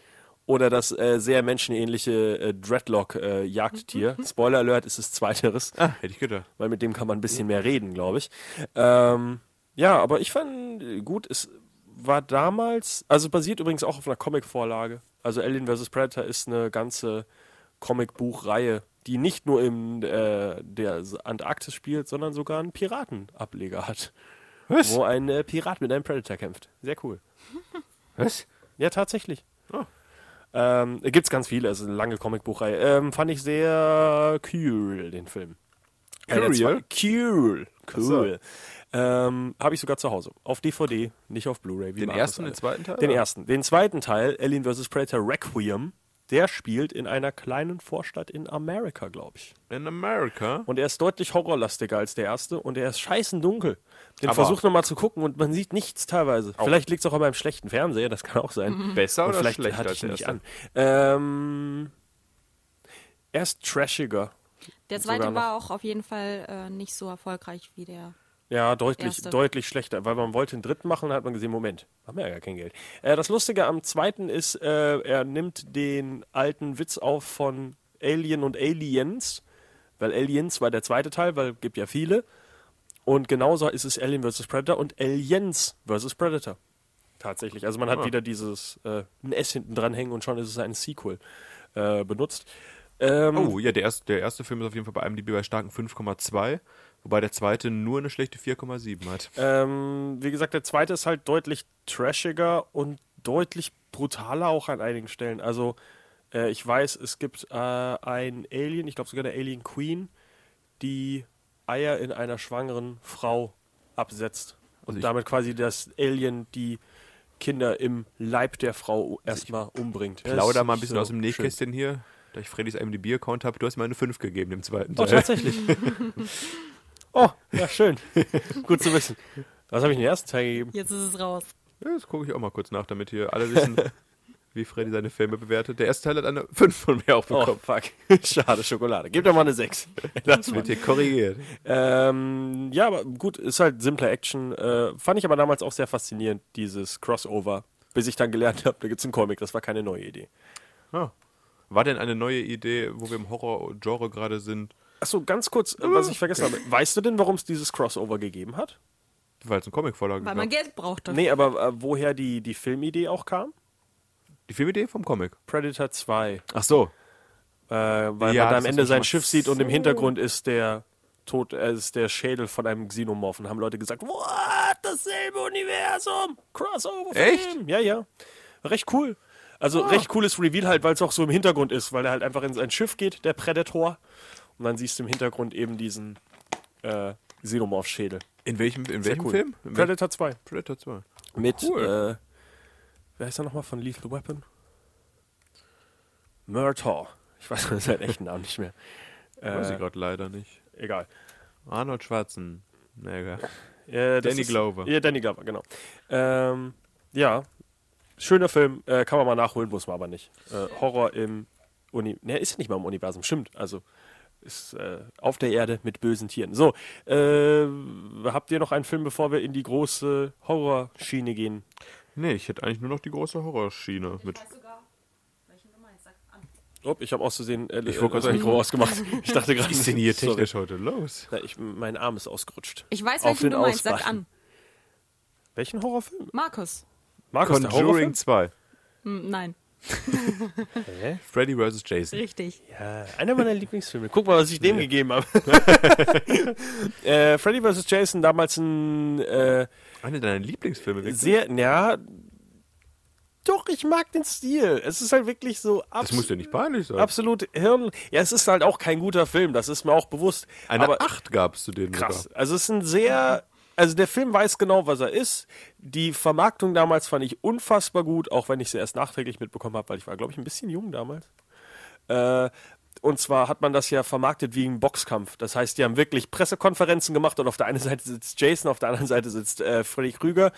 [SPEAKER 4] oder das äh, sehr menschenähnliche äh, Dreadlock-Jagdtier. Spoiler Alert, es ist zweiteres
[SPEAKER 5] Ah, hätte ich gedacht.
[SPEAKER 4] weil mit dem kann man ein bisschen mehr reden, glaube ich. Ähm, ja, aber ich fand äh, gut, es war damals, also basiert übrigens auch auf einer Comic-Vorlage. Also Alien vs. Predator ist eine ganze Comic-Buch-Reihe, die nicht nur in äh, der Antarktis spielt, sondern sogar einen Piratenableger hat.
[SPEAKER 5] Was?
[SPEAKER 4] Wo ein äh, Pirat mit einem Predator kämpft. Sehr cool.
[SPEAKER 5] Was?
[SPEAKER 4] Ja, tatsächlich.
[SPEAKER 5] Oh.
[SPEAKER 4] Ähm, gibt's ganz viele, also eine lange Comicbuchreihe. Ähm, fand ich sehr cool, den Film. Äh, der
[SPEAKER 5] Curiel?
[SPEAKER 4] zwei- Cool. Cool. Ähm, Habe ich sogar zu Hause. Auf DVD, nicht auf Blu-ray. wie
[SPEAKER 5] Den
[SPEAKER 4] Markus
[SPEAKER 5] ersten und
[SPEAKER 4] alle.
[SPEAKER 5] den zweiten Teil,
[SPEAKER 4] Den
[SPEAKER 5] oder?
[SPEAKER 4] ersten. Den zweiten Teil, Alien vs. Predator Requiem, Der spielt in einer kleinen Vorstadt in Amerika, glaube ich.
[SPEAKER 5] In America.
[SPEAKER 4] Und er ist deutlich horrorlastiger als der erste und er ist scheißen dunkel. Den
[SPEAKER 5] Aber-
[SPEAKER 4] versucht nochmal zu gucken und man sieht nichts teilweise. Vielleicht liegt es auch an meinem schlechten Fernseher, das kann auch sein.
[SPEAKER 5] Mhm. Besser
[SPEAKER 4] und
[SPEAKER 5] oder
[SPEAKER 4] vielleicht
[SPEAKER 5] schlechter
[SPEAKER 4] hatte
[SPEAKER 5] als
[SPEAKER 4] ich ihn
[SPEAKER 5] der
[SPEAKER 4] nicht
[SPEAKER 5] erste?
[SPEAKER 4] an. Ähm, er ist trashiger.
[SPEAKER 6] Der
[SPEAKER 4] Sogar
[SPEAKER 6] zweite
[SPEAKER 4] noch.
[SPEAKER 6] war auch auf jeden Fall äh, nicht so erfolgreich wie der.
[SPEAKER 4] Ja, deutlich,
[SPEAKER 6] Erste.
[SPEAKER 4] deutlich schlechter, weil man wollte einen dritten machen, dann hat man gesehen, Moment, haben wir ja gar kein Geld. Äh, das Lustige am zweiten ist, äh, er nimmt den alten Witz auf von Alien und Aliens, weil Aliens war der zweite Teil, weil gibt ja viele. Und genauso ist es Alien vs. Predator und Aliens vs. Predator. Tatsächlich. Also man hat
[SPEAKER 5] Ah.
[SPEAKER 4] wieder dieses äh, ein S hinten dran hängen und schon ist es ein Sequel äh, benutzt. Ähm,
[SPEAKER 5] Oh, ja, der erste, der erste Film ist auf jeden Fall bei IMDb bei starken 5,2, wobei der zweite nur eine schlechte 4,7 hat.
[SPEAKER 4] Ähm, wie gesagt, der zweite ist halt deutlich trashiger und deutlich brutaler auch an einigen Stellen. Also äh, ich weiß, es gibt äh, ein Alien, ich glaube sogar eine Alien Queen, die Eier in einer schwangeren Frau absetzt und
[SPEAKER 5] Also ich-
[SPEAKER 4] damit quasi das Alien die Kinder im Leib der Frau erstmal umbringt.
[SPEAKER 5] Also Plauder
[SPEAKER 4] Das
[SPEAKER 5] mal ein
[SPEAKER 4] ist
[SPEAKER 5] bisschen
[SPEAKER 4] so
[SPEAKER 5] aus dem
[SPEAKER 4] schön.
[SPEAKER 5] Nähkästchen hier, da ich Freddys IMDb-Account habe. Du hast mir eine 5 gegeben im zweiten
[SPEAKER 4] Oh,
[SPEAKER 5] Teil.
[SPEAKER 4] tatsächlich. oh, ja, schön. Gut zu wissen. Was habe ich in den ersten Teil gegeben?
[SPEAKER 6] Jetzt ist es raus.
[SPEAKER 5] Ja, das gucke ich auch mal kurz nach, damit hier alle wissen, wie Freddy seine Filme bewertet. Der erste Teil hat eine 5 von mir auch
[SPEAKER 4] Oh,
[SPEAKER 5] bekommen.
[SPEAKER 4] fuck. Schade, Schokolade. Gib doch mal eine 6.
[SPEAKER 5] das wird hier korrigiert.
[SPEAKER 4] ähm, ja, aber gut, ist halt simple Action. Äh, fand ich aber damals auch sehr faszinierend, dieses Crossover. Bis ich dann gelernt habe, da gibt's einen Comic. Das war keine neue Idee.
[SPEAKER 5] Ah. War denn eine neue Idee, wo wir im Horror-Genre gerade sind,
[SPEAKER 4] Achso, ganz kurz, äh, was ich vergessen habe. Weißt du denn, warum es dieses Crossover gegeben hat?
[SPEAKER 5] weil es ein Comic-Vorlage
[SPEAKER 6] Weil
[SPEAKER 5] gab?
[SPEAKER 6] man Geld brauchte.
[SPEAKER 4] Nee, aber äh, woher die, die Filmidee auch kam?
[SPEAKER 5] Die Filmidee vom Comic.
[SPEAKER 4] Predator 2.
[SPEAKER 5] Ach so.
[SPEAKER 4] Äh, weil
[SPEAKER 5] Ja,
[SPEAKER 4] man da
[SPEAKER 5] das
[SPEAKER 4] am
[SPEAKER 5] hast
[SPEAKER 4] Ende
[SPEAKER 5] du schon
[SPEAKER 4] sein
[SPEAKER 5] mal-
[SPEAKER 4] Schiff sieht und im Hintergrund ist der Tod, äh, ist der Schädel von einem Xenomorphen. Haben Leute gesagt, what? Dasselbe Universum! Crossover!
[SPEAKER 5] Echt? Ah.
[SPEAKER 4] Ja, ja. Recht cool. Also recht cooles Reveal halt, weil es auch so im Hintergrund ist, weil er halt einfach in sein Schiff geht, der Predator. Und dann siehst du im Hintergrund eben diesen äh, Xenomorph-Schädel.
[SPEAKER 5] In welchem, in
[SPEAKER 4] Sehr
[SPEAKER 5] welchem
[SPEAKER 4] cool.
[SPEAKER 5] Film? In welchem-
[SPEAKER 4] Predator 2.
[SPEAKER 5] Predator 2.
[SPEAKER 4] Mit,
[SPEAKER 5] Cool.
[SPEAKER 4] äh, wer heißt er nochmal von Lethal Weapon? Murtaugh. Ich weiß seinen echten Namen nicht mehr.
[SPEAKER 5] Weiß
[SPEAKER 4] Äh,
[SPEAKER 5] ich gerade leider nicht.
[SPEAKER 4] Egal.
[SPEAKER 5] Arnold Schwarzen. Nee, egal.
[SPEAKER 4] Äh, das
[SPEAKER 5] Danny
[SPEAKER 4] ist-
[SPEAKER 5] Glover.
[SPEAKER 4] Ja, Danny Glover, genau. Ähm, ja, schöner Film, äh, kann man mal nachholen, muss man aber nicht. Äh, Horror im Uni. Ne, ist nicht mal im Universum, stimmt. Also ist äh, auf der Erde mit bösen Tieren. So, äh, habt ihr noch einen Film, bevor wir in die große Horrorschiene gehen?
[SPEAKER 5] Nee, ich hätte eigentlich nur noch die große Horrorschiene mit.
[SPEAKER 4] Upp, ich habe auszusehen äh,
[SPEAKER 5] Ich
[SPEAKER 4] äh,
[SPEAKER 5] wollte
[SPEAKER 4] das
[SPEAKER 5] gerade
[SPEAKER 4] Mikro ausgemacht. Ich dachte gerade,
[SPEAKER 5] Was ist denn hier
[SPEAKER 4] sorry.
[SPEAKER 5] technisch heute los?
[SPEAKER 4] Na, ich, mein Arm ist ausgerutscht.
[SPEAKER 6] Ich weiß,
[SPEAKER 4] Auf
[SPEAKER 6] welchen
[SPEAKER 4] den
[SPEAKER 6] du meinst. Sag
[SPEAKER 4] Ausbutton.
[SPEAKER 6] an.
[SPEAKER 4] Welchen Horrorfilm?
[SPEAKER 6] Markus.
[SPEAKER 4] Markus, der
[SPEAKER 5] Conjuring
[SPEAKER 4] Horrorfilm?
[SPEAKER 5] 2.
[SPEAKER 6] Hm, nein.
[SPEAKER 5] Freddy vs. Jason.
[SPEAKER 6] Richtig.
[SPEAKER 4] Ja, Äh, einer meiner Lieblingsfilme. Guck mal, was ich dem gegeben habe. äh, Freddy vs. Jason, damals ein äh,
[SPEAKER 5] Einer deiner Lieblingsfilme. wirklich?
[SPEAKER 4] sehr, ja, doch, ich mag den Stil. Es ist halt wirklich so
[SPEAKER 5] Das muss ja nicht peinlich sein.
[SPEAKER 4] absolut Hirn. Ja, es ist halt auch kein guter Film, das ist mir auch bewusst.
[SPEAKER 5] Eine
[SPEAKER 4] aber
[SPEAKER 5] 8 gab es zu denen
[SPEAKER 4] krass.
[SPEAKER 5] sogar.
[SPEAKER 4] Also es ist ein sehr, also der Film weiß genau, was er ist. Die Vermarktung damals fand ich unfassbar gut, auch wenn ich sie erst nachträglich mitbekommen habe, weil ich war, glaube ich, ein bisschen jung damals. Äh, und zwar hat man das ja vermarktet wie einen Boxkampf. Das heißt, die haben wirklich Pressekonferenzen gemacht und auf der einen Seite sitzt Jason, auf der anderen Seite sitzt äh, Freddy Krüger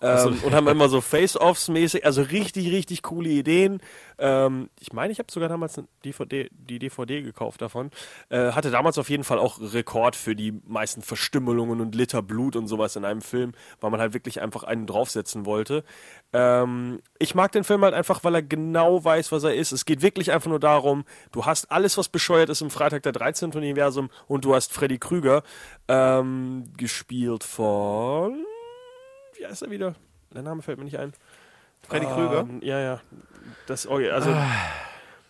[SPEAKER 4] ähm, und haben immer so Face-Offs mäßig, also richtig, richtig coole Ideen. Ähm, ich meine, ich habe sogar damals eine DVD, die DVD gekauft davon. Äh, hatte damals auf jeden Fall auch Rekord für die meisten Verstümmelungen und Liter Blut und sowas in einem Film, weil man halt wirklich einfach einen draufsetzen wollte. Ähm, ich mag den Film halt einfach, weil er genau weiß, was er ist. Es geht wirklich einfach nur darum, du hast alles, was bescheuert ist im Freitag der 13. Universum und du hast Freddy Krüger, ähm, gespielt von. Wie heißt er wieder? Der Name fällt mir nicht ein.
[SPEAKER 5] Freddy Krüger? Ah.
[SPEAKER 4] Ähm, ja, ja. Das, okay, also,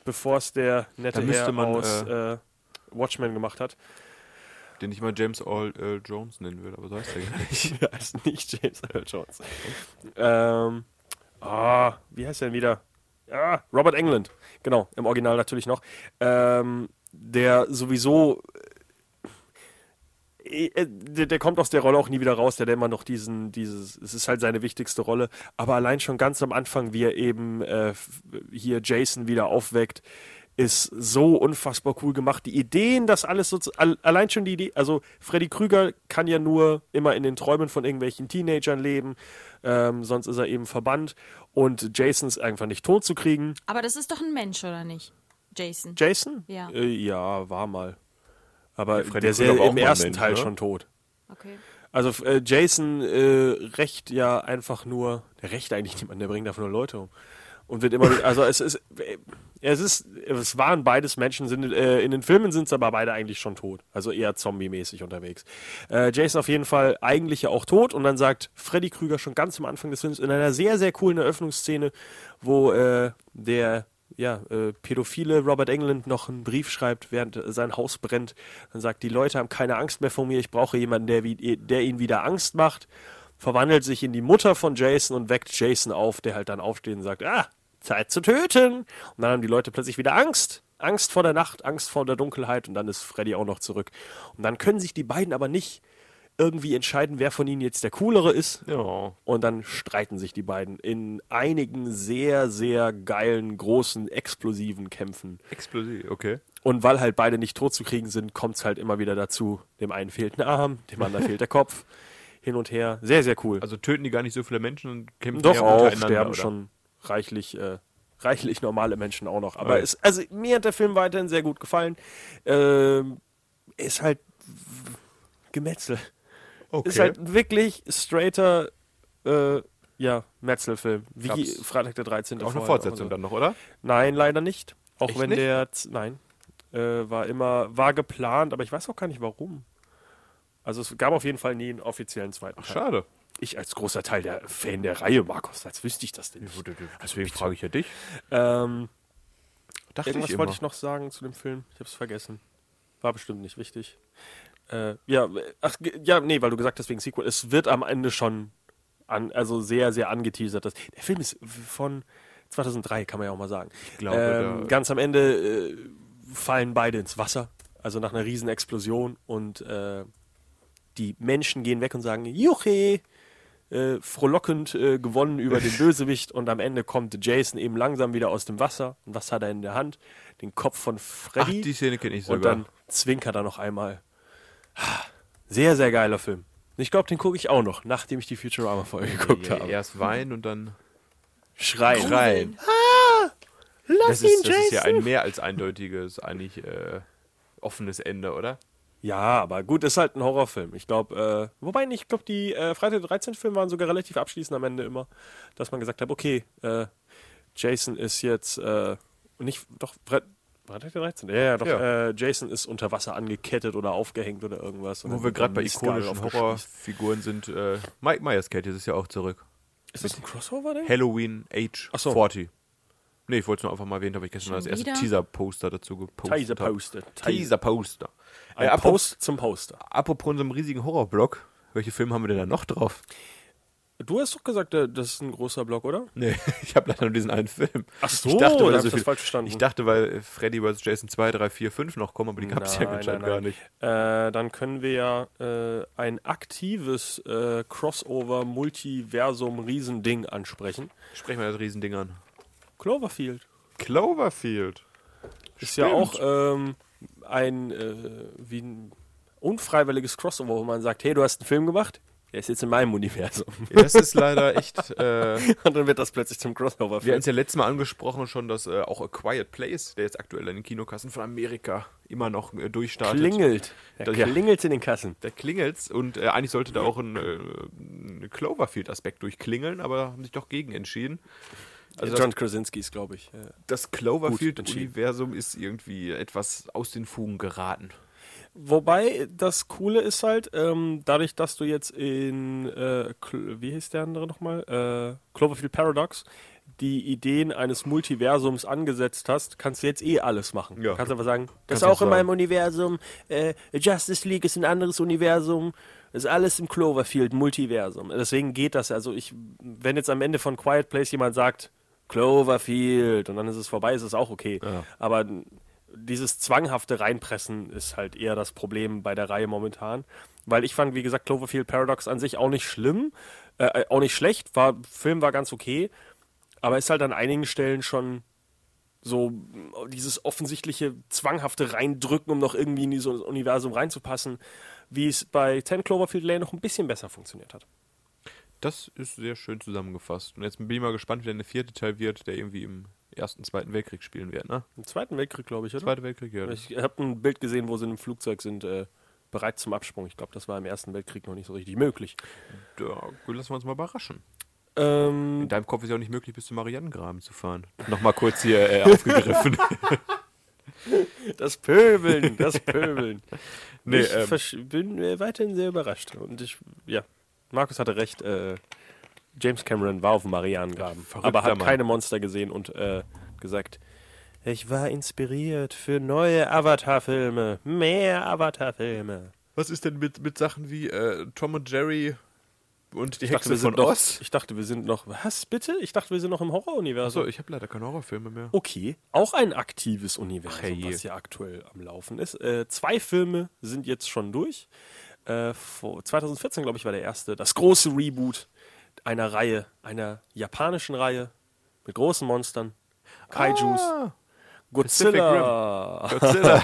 [SPEAKER 4] bevor es der nette
[SPEAKER 5] Da müsste
[SPEAKER 4] Herr
[SPEAKER 5] man,
[SPEAKER 4] aus äh, Watchmen gemacht hat.
[SPEAKER 5] Den ich mal James Earl äh, Jones nennen will, aber so heißt der gar nicht.
[SPEAKER 4] Der heißt nicht James Earl Jones. Ähm, ah, wie heißt der denn wieder? Ah, Robert England. Genau, im Original natürlich noch. Ähm, der sowieso. äh, der, der kommt aus der Rolle auch nie wieder raus, der hat immer noch diesen, dieses, es ist halt seine wichtigste Rolle, aber allein schon ganz am Anfang, wie er eben äh, f- hier Jason wieder aufweckt, ist so unfassbar cool gemacht. Die Ideen, das alles so, zu- al- allein schon die Idee, also Freddy Krüger kann ja nur immer in den Träumen von irgendwelchen Teenagern leben, ähm, sonst ist er eben verbannt und Jason ist einfach nicht tot zu kriegen.
[SPEAKER 6] Aber das ist doch ein Mensch, oder nicht? Jason.
[SPEAKER 4] Jason?
[SPEAKER 6] Ja.
[SPEAKER 4] Äh, ja, war mal. Aber
[SPEAKER 5] Freddy
[SPEAKER 4] der ist ja
[SPEAKER 5] Krüger war auch
[SPEAKER 4] im
[SPEAKER 5] mal ein
[SPEAKER 4] ersten
[SPEAKER 5] Mensch,
[SPEAKER 4] Teil
[SPEAKER 5] ne?
[SPEAKER 4] schon tot.
[SPEAKER 6] Okay.
[SPEAKER 4] Also f- äh, Jason äh, rächt ja einfach nur, der rächt eigentlich niemanden, der bringt einfach nur Leute um. Und wird immer, also es ist, äh, es ist, es waren beides Menschen, sind, äh, in den Filmen sind es aber beide eigentlich schon tot. Also eher zombie-mäßig unterwegs. Äh, Jason auf jeden Fall eigentlich ja auch tot und dann sagt Freddy Krüger schon ganz am Anfang des Films in einer sehr, sehr coolen Eröffnungsszene, wo äh, der ja, äh, pädophile Robert England noch einen Brief schreibt, während äh, sein Haus brennt. Dann sagt, die Leute haben keine Angst mehr vor mir, ich brauche jemanden, der, wie, der ihnen wieder Angst macht. Verwandelt sich in die Mutter von Jason und weckt Jason auf, der halt dann aufsteht und sagt, ah, Zeit zu töten. Und dann haben die Leute plötzlich wieder Angst. Angst vor der Nacht, Angst vor der Dunkelheit und dann ist Freddy auch noch zurück. Und dann können sich die beiden aber nicht irgendwie entscheiden, wer von ihnen jetzt der coolere ist.
[SPEAKER 5] Ja.
[SPEAKER 4] Und dann streiten sich die beiden in einigen sehr, sehr geilen, großen, explosiven Kämpfen.
[SPEAKER 5] Explosiv, okay.
[SPEAKER 4] Und weil halt beide nicht tot zu kriegen sind, kommt es halt immer wieder dazu. Dem einen fehlt ein Arm, dem anderen fehlt der Kopf. Hin und her. Sehr, sehr cool.
[SPEAKER 5] Also töten die gar nicht so viele Menschen und kämpfen
[SPEAKER 4] Doch
[SPEAKER 5] eher
[SPEAKER 4] auch,
[SPEAKER 5] untereinander,
[SPEAKER 4] sterben
[SPEAKER 5] oder?
[SPEAKER 4] schon reichlich, äh, reichlich normale Menschen auch noch. Aber
[SPEAKER 5] Ja.
[SPEAKER 4] es, also mir hat der Film weiterhin sehr gut gefallen. Ähm, ist halt Gemetzel.
[SPEAKER 5] Okay.
[SPEAKER 4] Ist halt wirklich straighter, äh, ja, Metzelfilm. Wie
[SPEAKER 5] Gab's
[SPEAKER 4] Freitag der 13.
[SPEAKER 5] auch eine
[SPEAKER 4] vorher
[SPEAKER 5] Fortsetzung
[SPEAKER 4] so.
[SPEAKER 5] dann noch, oder?
[SPEAKER 4] Nein, leider nicht. Auch
[SPEAKER 5] Echt
[SPEAKER 4] wenn
[SPEAKER 5] nicht?
[SPEAKER 4] der, z- nein, äh, war immer, war geplant, aber ich weiß auch gar nicht warum. Also es gab auf jeden Fall nie einen offiziellen zweiten Teil.
[SPEAKER 5] Schade.
[SPEAKER 4] Ich als großer Teil der Fan der Reihe, Markus, als wüsste ich das denn nicht.
[SPEAKER 5] Deswegen frage ich ja dich.
[SPEAKER 4] Ähm,
[SPEAKER 5] Dachte
[SPEAKER 4] irgendwas
[SPEAKER 5] ich immer.
[SPEAKER 4] wollte ich noch sagen zu dem Film. Ich hab's vergessen. War bestimmt nicht wichtig. Äh, ja, äh, ach, ge- ja, nee, weil du gesagt hast wegen Sequel. Es wird am Ende schon an, also sehr, sehr angeteasert. Das, der Film ist von 2003, kann man ja auch mal sagen. Ich
[SPEAKER 5] glaube, da-
[SPEAKER 4] ähm, ganz am Ende äh, fallen beide ins Wasser. Also nach einer riesen Explosion und äh, die Menschen gehen weg und sagen, Juche! Äh, frohlockend äh, gewonnen über den Bösewicht und am Ende kommt Jason eben langsam wieder aus dem Wasser. Und was hat er in der Hand? Den Kopf von
[SPEAKER 5] Ach,
[SPEAKER 4] Freddy.
[SPEAKER 5] die Szene kenne ich
[SPEAKER 4] und
[SPEAKER 5] sogar.
[SPEAKER 4] dann zwinkert er noch einmal. Sehr, sehr geiler Film. Ich glaube, den gucke ich auch noch, nachdem ich die Futurama-Folge geguckt habe.
[SPEAKER 5] Erst Wein und dann
[SPEAKER 4] Schreien.
[SPEAKER 5] rein.
[SPEAKER 4] Lass
[SPEAKER 5] Das ist, das ist ja ein mehr als eindeutiges, eigentlich äh, offenes Ende, oder?
[SPEAKER 4] Ja, aber gut, ist halt ein Horrorfilm. Ich glaube, äh, wobei nicht, ich glaube, die äh, Freitag der 13. Filme waren sogar relativ abschließend am Ende immer, dass man gesagt hat, okay, äh, Jason ist jetzt äh, nicht, doch, Fre- Freitag der 13. Ja, ja, doch,
[SPEAKER 5] Ja.
[SPEAKER 4] Äh, Jason ist unter Wasser angekettet oder aufgehängt oder irgendwas. Und
[SPEAKER 5] Wo
[SPEAKER 4] dann
[SPEAKER 5] wir
[SPEAKER 4] wird
[SPEAKER 5] gerade
[SPEAKER 4] dann
[SPEAKER 5] bei
[SPEAKER 4] Mistgabel
[SPEAKER 5] ikonischen
[SPEAKER 4] aufgeschnitten.
[SPEAKER 5] Horrorfiguren sind. Äh, Mike Myers Cat ist ja auch zurück.
[SPEAKER 4] Ist das ein Crossover denn?
[SPEAKER 5] Halloween Age
[SPEAKER 4] Ach so.
[SPEAKER 5] 40. Nee, ich wollte es nur einfach mal erwähnt, habe ich gestern das erste
[SPEAKER 6] wieder?
[SPEAKER 5] Teaser-Poster dazu gepostet.
[SPEAKER 4] Teaser-Poster.
[SPEAKER 5] hab. Teaser-Poster.
[SPEAKER 4] Ein
[SPEAKER 5] Äh, apropos,
[SPEAKER 4] Post zum Poster.
[SPEAKER 5] apropos unserem riesigen Horrorblock, welche Filme haben wir denn da noch drauf?
[SPEAKER 4] Du hast doch gesagt, äh, das ist ein großer Block, oder?
[SPEAKER 5] Nee, ich habe leider nur diesen einen Film.
[SPEAKER 4] Ach so,
[SPEAKER 5] ich dachte,
[SPEAKER 4] da hab
[SPEAKER 5] weil so
[SPEAKER 4] ich das
[SPEAKER 5] viel-
[SPEAKER 4] falsch verstanden.
[SPEAKER 5] Ich dachte, weil äh, Freddy vs. Jason 2, 3, 4, 5 noch kommen, aber die gab es ja anscheinend gar nicht.
[SPEAKER 4] Äh, dann können wir ja äh, ein aktives äh, Crossover-Multiversum-Riesending ansprechen.
[SPEAKER 5] Sprechen wir das Riesending an.
[SPEAKER 4] Cloverfield.
[SPEAKER 5] Cloverfield.
[SPEAKER 4] Ist ja auch ähm, ein, äh, wie ein unfreiwilliges Crossover, wo man sagt, hey, du hast einen Film gemacht, der ist jetzt in meinem Universum.
[SPEAKER 5] Ja, das ist leider echt. Äh,
[SPEAKER 4] Und dann wird das plötzlich zum
[SPEAKER 5] wir hatten
[SPEAKER 4] Crossover-Film.
[SPEAKER 5] es ja letztes Mal angesprochen schon, dass äh, auch A Quiet Place, der jetzt aktuell in den Kinokassen von Amerika immer noch äh, durchstartet.
[SPEAKER 4] Klingelt. Der
[SPEAKER 5] Das- ja.
[SPEAKER 4] klingelt in den Kassen.
[SPEAKER 5] Da klingelt's und äh, eigentlich sollte da auch ein, äh, ein Cloverfield-Aspekt durchklingeln, aber haben sich doch gegen entschieden. Also das
[SPEAKER 4] John Krasinski ist, glaube ich. Äh,
[SPEAKER 5] das Cloverfield-Universum ist irgendwie etwas aus den Fugen geraten.
[SPEAKER 4] Wobei das Coole ist halt, ähm, dadurch, dass du jetzt in, äh, Cl- wie hieß der andere nochmal? Äh, Cloverfield Paradox, die Ideen eines Multiversums angesetzt hast, kannst du jetzt eh alles machen.
[SPEAKER 5] Ja.
[SPEAKER 4] Kannst einfach sagen, das
[SPEAKER 5] Kannst
[SPEAKER 4] ist auch in
[SPEAKER 5] auch
[SPEAKER 4] meinem Universum, äh, Justice League ist ein anderes Universum, ist alles im Cloverfield-Multiversum. Deswegen geht das. Also ich, wenn jetzt am Ende von Quiet Place jemand sagt, Cloverfield und dann ist es vorbei, ist es auch okay. Aber dieses zwanghafte Reinpressen ist halt eher das Problem bei der Reihe momentan. Weil ich fand, wie gesagt, Cloverfield Paradox an sich auch nicht schlimm, äh, auch nicht schlecht, war, Film war ganz okay, aber ist halt an einigen Stellen schon so mh, dieses offensichtliche, zwanghafte Reindrücken, um noch irgendwie in dieses Universum reinzupassen, wie es bei 10 Cloverfield Lane noch ein bisschen besser funktioniert hat.
[SPEAKER 5] Das ist sehr schön zusammengefasst. Und jetzt bin ich mal gespannt, wie der vierte Teil wird, der irgendwie im Ersten, Zweiten Weltkrieg spielen wird, ne?
[SPEAKER 4] Im Zweiten Weltkrieg, glaube ich, oder?
[SPEAKER 5] Zweiter Weltkrieg, ja.
[SPEAKER 4] Ich habe ein Bild gesehen, wo sie in einem Flugzeug sind, äh, bereit zum Absprung. Ich glaube, das war im Ersten Weltkrieg noch nicht so richtig möglich.
[SPEAKER 5] Da lassen wir uns mal überraschen.
[SPEAKER 4] Ähm,
[SPEAKER 5] In deinem Kopf ist ja auch nicht möglich, bis zum Marianengraben zu fahren. Nochmal kurz hier äh, aufgegriffen.
[SPEAKER 4] das Pöbeln, das Pöbeln.
[SPEAKER 5] Nee,
[SPEAKER 4] ich
[SPEAKER 5] ähm,
[SPEAKER 4] versch- bin äh, weiterhin sehr überrascht. Und ich, ja, Markus hatte recht. Äh, James Cameron war auf dem Marianengraben,
[SPEAKER 5] Verrückter
[SPEAKER 4] aber hat
[SPEAKER 5] Mann.
[SPEAKER 4] keine Monster gesehen und äh, gesagt, ich war inspiriert für neue Avatar-Filme, mehr Avatar-Filme.
[SPEAKER 5] Was ist denn mit, mit Sachen wie äh, Tom und Jerry und die
[SPEAKER 4] Ich dachte,
[SPEAKER 5] Hexe
[SPEAKER 4] wir
[SPEAKER 5] von
[SPEAKER 4] sind noch,
[SPEAKER 5] Oz?
[SPEAKER 4] ich dachte, wir sind noch, was bitte? Ich dachte, wir sind noch im Horror-Universum.
[SPEAKER 5] Achso, ich habe leider keine Horrorfilme mehr.
[SPEAKER 4] Okay, auch ein aktives Universum,
[SPEAKER 5] Ach, hey.
[SPEAKER 4] was ja aktuell am Laufen ist. Äh, zwei Filme sind jetzt schon durch. Äh, vor 2014, glaube ich, war der erste. Das große Reboot einer Reihe, einer japanischen Reihe mit großen Monstern, Kaijus,
[SPEAKER 5] Ah,
[SPEAKER 4] Godzilla.
[SPEAKER 5] Godzilla.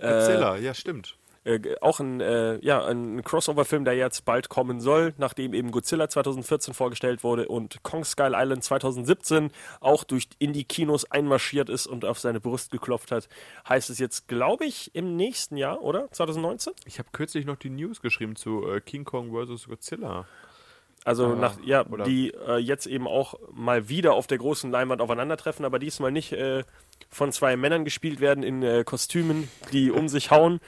[SPEAKER 5] Godzilla, ja, stimmt.
[SPEAKER 4] Äh, auch ein, äh, ja, ein Crossover-Film, der jetzt bald kommen soll, nachdem eben Godzilla 2014 vorgestellt wurde und Kong Skull Island 2017 auch durch in die Kinos einmarschiert ist und auf seine Brust geklopft hat, heißt es jetzt, glaube ich, im nächsten Jahr, oder? 2019?
[SPEAKER 5] Ich habe kürzlich noch die News geschrieben zu äh, King Kong vs. Godzilla.
[SPEAKER 4] Also
[SPEAKER 5] Ah,
[SPEAKER 4] nach, ja,
[SPEAKER 5] oder-
[SPEAKER 4] die äh, jetzt eben auch mal wieder auf der großen Leinwand aufeinandertreffen, aber diesmal nicht äh, von zwei Männern gespielt werden in äh, Kostümen, die um sich hauen,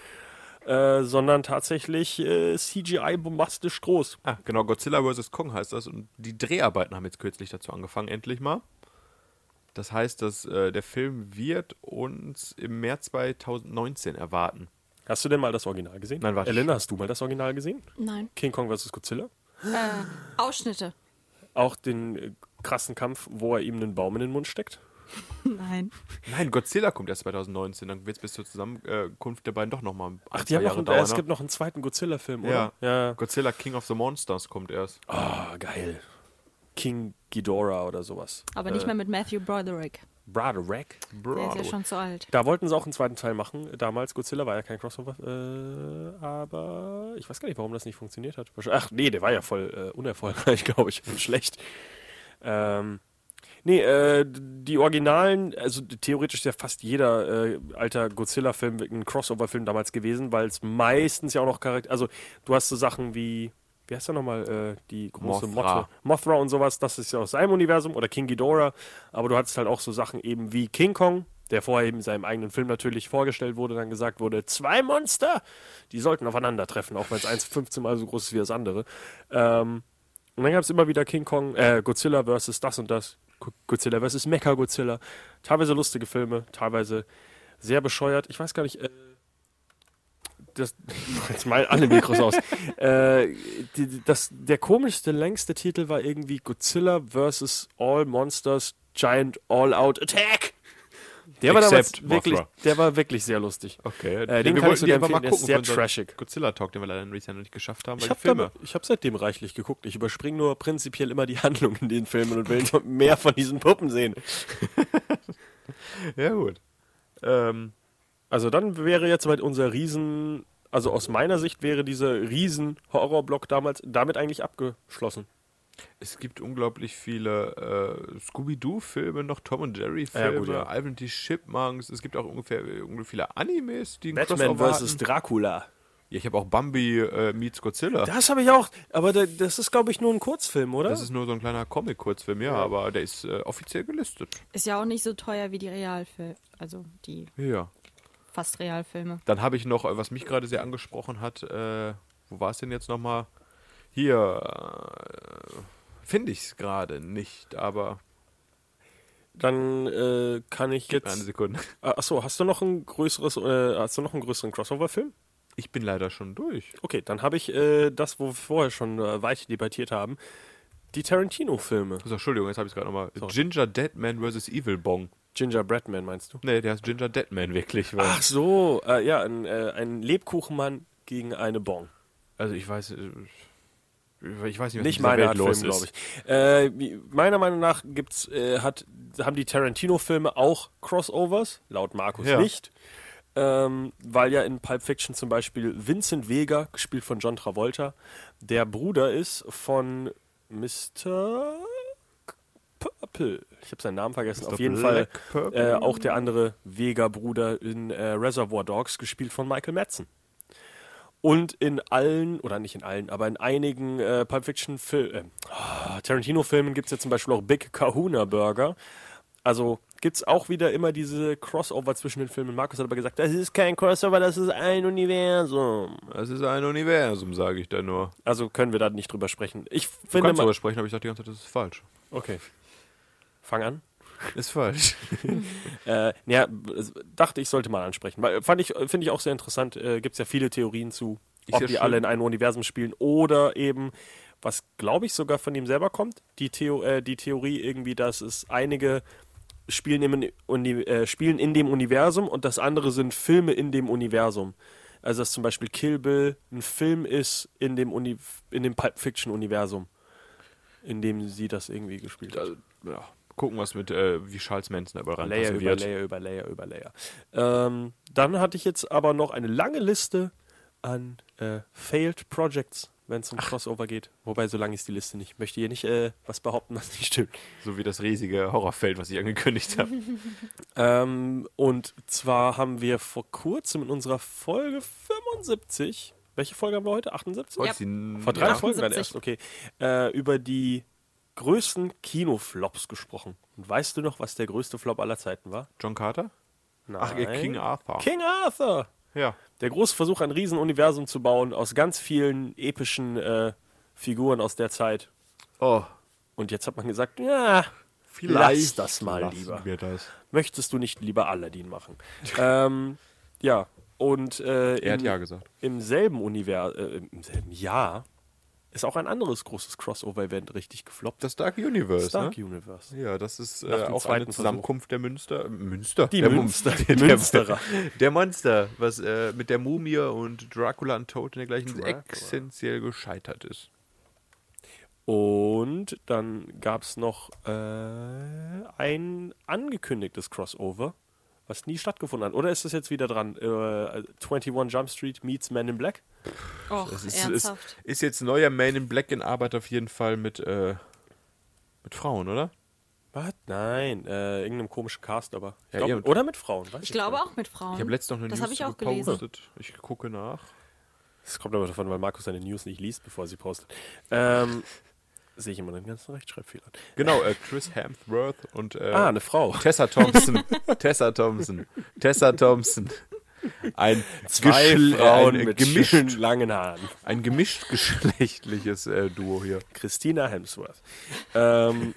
[SPEAKER 4] äh, sondern tatsächlich äh, CGI bombastisch groß.
[SPEAKER 5] Ah, genau, Godzilla vs. Kong heißt das. Und die Dreharbeiten haben jetzt kürzlich dazu angefangen, endlich mal. Das heißt, dass äh, der Film wird uns im März 2019 erwarten.
[SPEAKER 4] Hast du denn mal das Original gesehen?
[SPEAKER 5] Nein, warte.
[SPEAKER 4] Elena, hast du mal das Original gesehen?
[SPEAKER 6] Nein.
[SPEAKER 4] King Kong vs. Godzilla?
[SPEAKER 6] Äh, Ausschnitte.
[SPEAKER 4] Auch den äh, krassen Kampf, wo er ihm einen Baum in den Mund steckt?
[SPEAKER 6] Nein.
[SPEAKER 5] Nein, Godzilla kommt erst 2019. Dann wird es bis zur Zusammenkunft der beiden doch nochmal
[SPEAKER 4] Ach, die haben noch, einen, äh, es gibt noch einen zweiten Godzilla-Film,
[SPEAKER 5] Ja.
[SPEAKER 4] oder? Ja.
[SPEAKER 5] ne? Godzilla King of the Monsters kommt erst.
[SPEAKER 4] Ah, geil. King Ghidorah oder sowas.
[SPEAKER 6] Aber nicht mehr mit Matthew Broderick.
[SPEAKER 4] Äh. Broderick.
[SPEAKER 6] Der ist ja schon zu alt.
[SPEAKER 4] Da wollten sie auch einen zweiten Teil machen. Damals, Godzilla war ja kein Crossover, äh, aber ich weiß gar nicht, warum das nicht funktioniert hat. Wahrscheinlich- Ach nee, der war ja voll äh, unerfolgreich, glaube ich. Schlecht. Ähm, nee, äh, die Originalen, also theoretisch ist ja fast jeder äh, alter Godzilla-Film ein Crossover-Film damals gewesen, weil es meistens ja auch noch Charakter. Also, du hast so Sachen wie. Wie heißt der nochmal? Äh, die große
[SPEAKER 5] Mothra.
[SPEAKER 4] Motte. Mothra und sowas, das ist ja aus seinem Universum oder King Ghidorah. Aber du hattest halt auch so Sachen eben wie King Kong, der vorher eben in seinem eigenen Film natürlich vorgestellt wurde, dann gesagt wurde, zwei Monster, die sollten aufeinandertreffen, auch wenn es eins 15 Mal so groß ist wie das andere. Ähm, und dann gab es immer wieder King Kong, äh, Godzilla versus das und das, Go- Godzilla versus Mecha Godzilla. Teilweise lustige Filme, teilweise sehr bescheuert. Ich weiß gar nicht, äh, das, jetzt mal alle Mikros aus. äh, die, die- das, der komischste, längste Titel war irgendwie Godzilla vs. All Monsters Giant All Out Attack. Der war
[SPEAKER 5] Except
[SPEAKER 4] damals wirklich,
[SPEAKER 5] Mothra.
[SPEAKER 4] der war wirklich sehr lustig.
[SPEAKER 5] Okay,
[SPEAKER 4] Äh, den
[SPEAKER 5] wir
[SPEAKER 4] kann ich
[SPEAKER 5] wollten
[SPEAKER 4] sogar
[SPEAKER 5] den aber
[SPEAKER 4] empfehlen, der ist
[SPEAKER 5] gucken
[SPEAKER 4] sehr
[SPEAKER 5] für unseren
[SPEAKER 4] trashig.
[SPEAKER 5] Godzilla Talk, den wir leider in Recent nicht geschafft haben, weil
[SPEAKER 4] Ich
[SPEAKER 5] die
[SPEAKER 4] habe
[SPEAKER 5] Filme.
[SPEAKER 4] hab seitdem reichlich geguckt. Ich überspringe nur prinzipiell immer die Handlung in den Filmen und will nur mehr von diesen Puppen sehen.
[SPEAKER 5] Ja, gut. Ähm,
[SPEAKER 4] Also dann wäre jetzt halt unser Riesen, also aus meiner Sicht wäre dieser Riesen-Horrorblock damals damit eigentlich abgeschlossen.
[SPEAKER 5] es gibt unglaublich viele äh, Scooby-Doo-Filme, noch Tom und
[SPEAKER 4] Ja,
[SPEAKER 5] Jerry-Filme,
[SPEAKER 4] gut, ja.
[SPEAKER 5] Ivan die Chipmunks. Es gibt auch ungefähr, ungefähr viele Animes, die einen
[SPEAKER 4] Batman
[SPEAKER 5] Crossover
[SPEAKER 4] vs.
[SPEAKER 5] hatten.
[SPEAKER 4] Dracula.
[SPEAKER 5] Ja, ich habe auch Bambi äh, meets Godzilla.
[SPEAKER 4] Das habe ich auch, aber da, das ist, glaube ich, nur ein Kurzfilm, oder?
[SPEAKER 5] Das ist nur so ein kleiner Comic-Kurzfilm, ja, aber der ist äh, offiziell gelistet.
[SPEAKER 6] Ist ja auch nicht so teuer wie die Realfilme. Also die
[SPEAKER 5] Ja.
[SPEAKER 6] fast Realfilme.
[SPEAKER 5] Dann habe ich noch, äh, was mich gerade sehr angesprochen hat, äh, wo war es denn jetzt nochmal? Hier, äh, finde ich es gerade nicht, aber
[SPEAKER 4] Dann äh, kann ich
[SPEAKER 5] eine
[SPEAKER 4] jetzt.
[SPEAKER 5] Sekunde.
[SPEAKER 4] Ah, Achso, hast du noch ein größeres, äh, hast du noch einen größeren Crossover-Film?
[SPEAKER 5] Ich bin leider schon durch.
[SPEAKER 4] Okay, dann habe ich äh, das, wo wir vorher schon äh, weit debattiert haben. Die Tarantino-Filme.
[SPEAKER 5] So, Entschuldigung, jetzt habe ich es gerade nochmal. Ginger Deadman vs. Evil Bong.
[SPEAKER 4] Ginger Breadman, meinst du?
[SPEAKER 5] Nee, der heißt Ginger Deadman wirklich. Weil
[SPEAKER 4] Ach so, äh, ja, ein, äh, ein Lebkuchenmann gegen eine Bon.
[SPEAKER 5] Also ich weiß, äh, ich weiß nicht, was
[SPEAKER 4] Nicht
[SPEAKER 5] mit dieser
[SPEAKER 4] meine
[SPEAKER 5] Welt
[SPEAKER 4] Art
[SPEAKER 5] los
[SPEAKER 4] Film, glaube
[SPEAKER 5] ist.
[SPEAKER 4] ich. Äh, wie- meiner Meinung nach gibt's, äh, hat, haben die Tarantino-Filme auch Crossovers, laut Markus
[SPEAKER 5] Ja.
[SPEAKER 4] nicht. Ähm, weil ja in Pulp Fiction zum Beispiel Vincent Vega, gespielt von John Travolta, der Bruder ist von Mr. Purple. Ich habe seinen Namen vergessen.
[SPEAKER 5] Mr.
[SPEAKER 4] Auf jeden
[SPEAKER 5] Black
[SPEAKER 4] Fall
[SPEAKER 5] Purple?
[SPEAKER 4] äh, auch der andere Vega-Bruder in äh, Reservoir Dogs, gespielt von Michael Madsen. Und in allen, oder nicht in allen, aber in einigen äh, Pulp Fiction Fil äh, ah, Tarantino-Filmen gibt es ja zum Beispiel auch Big Kahuna Burger. Also gibt es auch wieder immer diese Crossover zwischen den Filmen. Markus hat aber gesagt, das ist kein Crossover, das ist ein Universum.
[SPEAKER 5] Es ist ein Universum, sage ich da nur.
[SPEAKER 4] Also können wir da nicht drüber sprechen. Ich
[SPEAKER 5] Du
[SPEAKER 4] finde
[SPEAKER 5] kannst
[SPEAKER 4] mal.
[SPEAKER 5] darüber sprechen, aber ich dachte die ganze Zeit, das ist falsch.
[SPEAKER 4] Okay. Fang an.
[SPEAKER 5] Ist falsch.
[SPEAKER 4] Äh, ja, b- es- dachte ich, sollte mal ansprechen. Weil, äh, fand ich, äh, finde ich auch sehr interessant. Äh, Gibt es ja viele Theorien zu,
[SPEAKER 5] Ist
[SPEAKER 4] ob
[SPEAKER 5] ja
[SPEAKER 4] die
[SPEAKER 5] schön.
[SPEAKER 4] alle in einem Universum spielen oder eben, was glaube ich sogar von ihm selber kommt, die, Theo äh, die Theorie irgendwie, dass es einige spielen, im, Uni- Uni äh, spielen in dem Universum und das andere sind Filme in dem Universum. Also dass zum Beispiel Kill Bill ein Film ist in dem, Uni in dem Pulp Fiction Universum, in dem sie das irgendwie gespielt hat.
[SPEAKER 5] Also, ja. Gucken wir es mit, äh, wie Charles Manson dabei
[SPEAKER 4] Layer
[SPEAKER 5] ranpassen
[SPEAKER 4] über
[SPEAKER 5] wird.
[SPEAKER 4] Layer über Layer über Layer. Ähm, dann hatte ich jetzt aber noch eine lange Liste an äh, Failed Projects, wenn es um Crossover geht. Wobei, so lang ist die Liste nicht. Ich möchte hier nicht äh, was behaupten, was nicht stimmt.
[SPEAKER 5] So wie das riesige Horrorfeld, was ich angekündigt habe.
[SPEAKER 4] Ähm, und zwar haben wir vor kurzem in unserer Folge 75, welche Folge haben wir heute? 78?
[SPEAKER 5] Heute ist die-
[SPEAKER 4] Vor drei
[SPEAKER 5] ja.
[SPEAKER 4] Folgen dann
[SPEAKER 6] 78.
[SPEAKER 4] erst, okay. Äh, über die größten Kinoflops gesprochen. Und weißt du noch, was der größte Flop aller Zeiten war?
[SPEAKER 5] John Carter? Ach,
[SPEAKER 4] Nein.
[SPEAKER 5] äh, King Arthur.
[SPEAKER 4] King Arthur!
[SPEAKER 5] Ja.
[SPEAKER 4] Der große Versuch, ein Riesenuniversum zu bauen aus ganz vielen epischen äh, Figuren aus der Zeit.
[SPEAKER 5] Oh,
[SPEAKER 4] Und jetzt hat man gesagt, ja, lass das mal
[SPEAKER 5] lassen
[SPEAKER 4] lieber.
[SPEAKER 5] Wir das.
[SPEAKER 4] Möchtest du nicht lieber Aladdin machen? ähm, ja, und äh,
[SPEAKER 5] Er
[SPEAKER 4] im,
[SPEAKER 5] hat ja gesagt.
[SPEAKER 4] im selben Univers äh, im selben Jahr ist auch ein anderes großes Crossover-Event richtig gefloppt.
[SPEAKER 5] Das Dark Universe,
[SPEAKER 4] Dark
[SPEAKER 5] ne?
[SPEAKER 4] Universe.
[SPEAKER 5] Ja, das ist
[SPEAKER 4] Nach
[SPEAKER 5] äh,
[SPEAKER 4] dem
[SPEAKER 5] auch
[SPEAKER 4] zweiten
[SPEAKER 5] eine Zusammenkunft der Münster. Münster?
[SPEAKER 4] Die
[SPEAKER 5] der Mun-
[SPEAKER 4] Münster, die
[SPEAKER 5] Der, der,
[SPEAKER 4] Münsterer.
[SPEAKER 5] der Monster, was äh, mit der Mumie und Dracula und Toad in der gleichen
[SPEAKER 4] Dracula.
[SPEAKER 5] existenziell gescheitert ist.
[SPEAKER 4] Und dann gab es noch äh, ein angekündigtes Crossover, was nie stattgefunden hat. Oder ist das jetzt wieder dran? Äh, 21 Jump Street meets Men in Black?
[SPEAKER 6] Och,
[SPEAKER 5] Das ist, ist,
[SPEAKER 6] ernsthaft.
[SPEAKER 5] ist jetzt neuer Man in Black in Arbeit auf jeden Fall mit, äh, mit Frauen, oder?
[SPEAKER 4] Was? Nein, äh, irgendeinem komischen Cast, aber. Ich
[SPEAKER 5] Ja,
[SPEAKER 4] glaub,
[SPEAKER 5] ihr-
[SPEAKER 4] oder mit Frauen, weiß
[SPEAKER 6] ich glaube
[SPEAKER 4] nicht.
[SPEAKER 6] auch mit Frauen.
[SPEAKER 5] Ich habe letztens noch eine
[SPEAKER 6] Hm. das
[SPEAKER 5] News
[SPEAKER 6] habe ich auch
[SPEAKER 5] dazu
[SPEAKER 6] gelesen.
[SPEAKER 5] gepostet. Ich gucke nach.
[SPEAKER 4] Das kommt aber davon, weil Markus seine News nicht liest, bevor er sie postet. Ähm, Sehe ich immer den ganzen Rechtschreibfehler.
[SPEAKER 5] Genau, äh, Chris Hemsworth und äh,
[SPEAKER 4] Ah, eine Frau.
[SPEAKER 5] Tessa Thompson. Tessa Thompson. Tessa Thompson. Ein, Geschle- äh,
[SPEAKER 4] äh,
[SPEAKER 5] ein,
[SPEAKER 4] schönen
[SPEAKER 5] gemischt,
[SPEAKER 4] langen Haaren.
[SPEAKER 5] ein gemischt geschlechtliches äh, Duo hier.
[SPEAKER 4] Christina Hemsworth. ähm,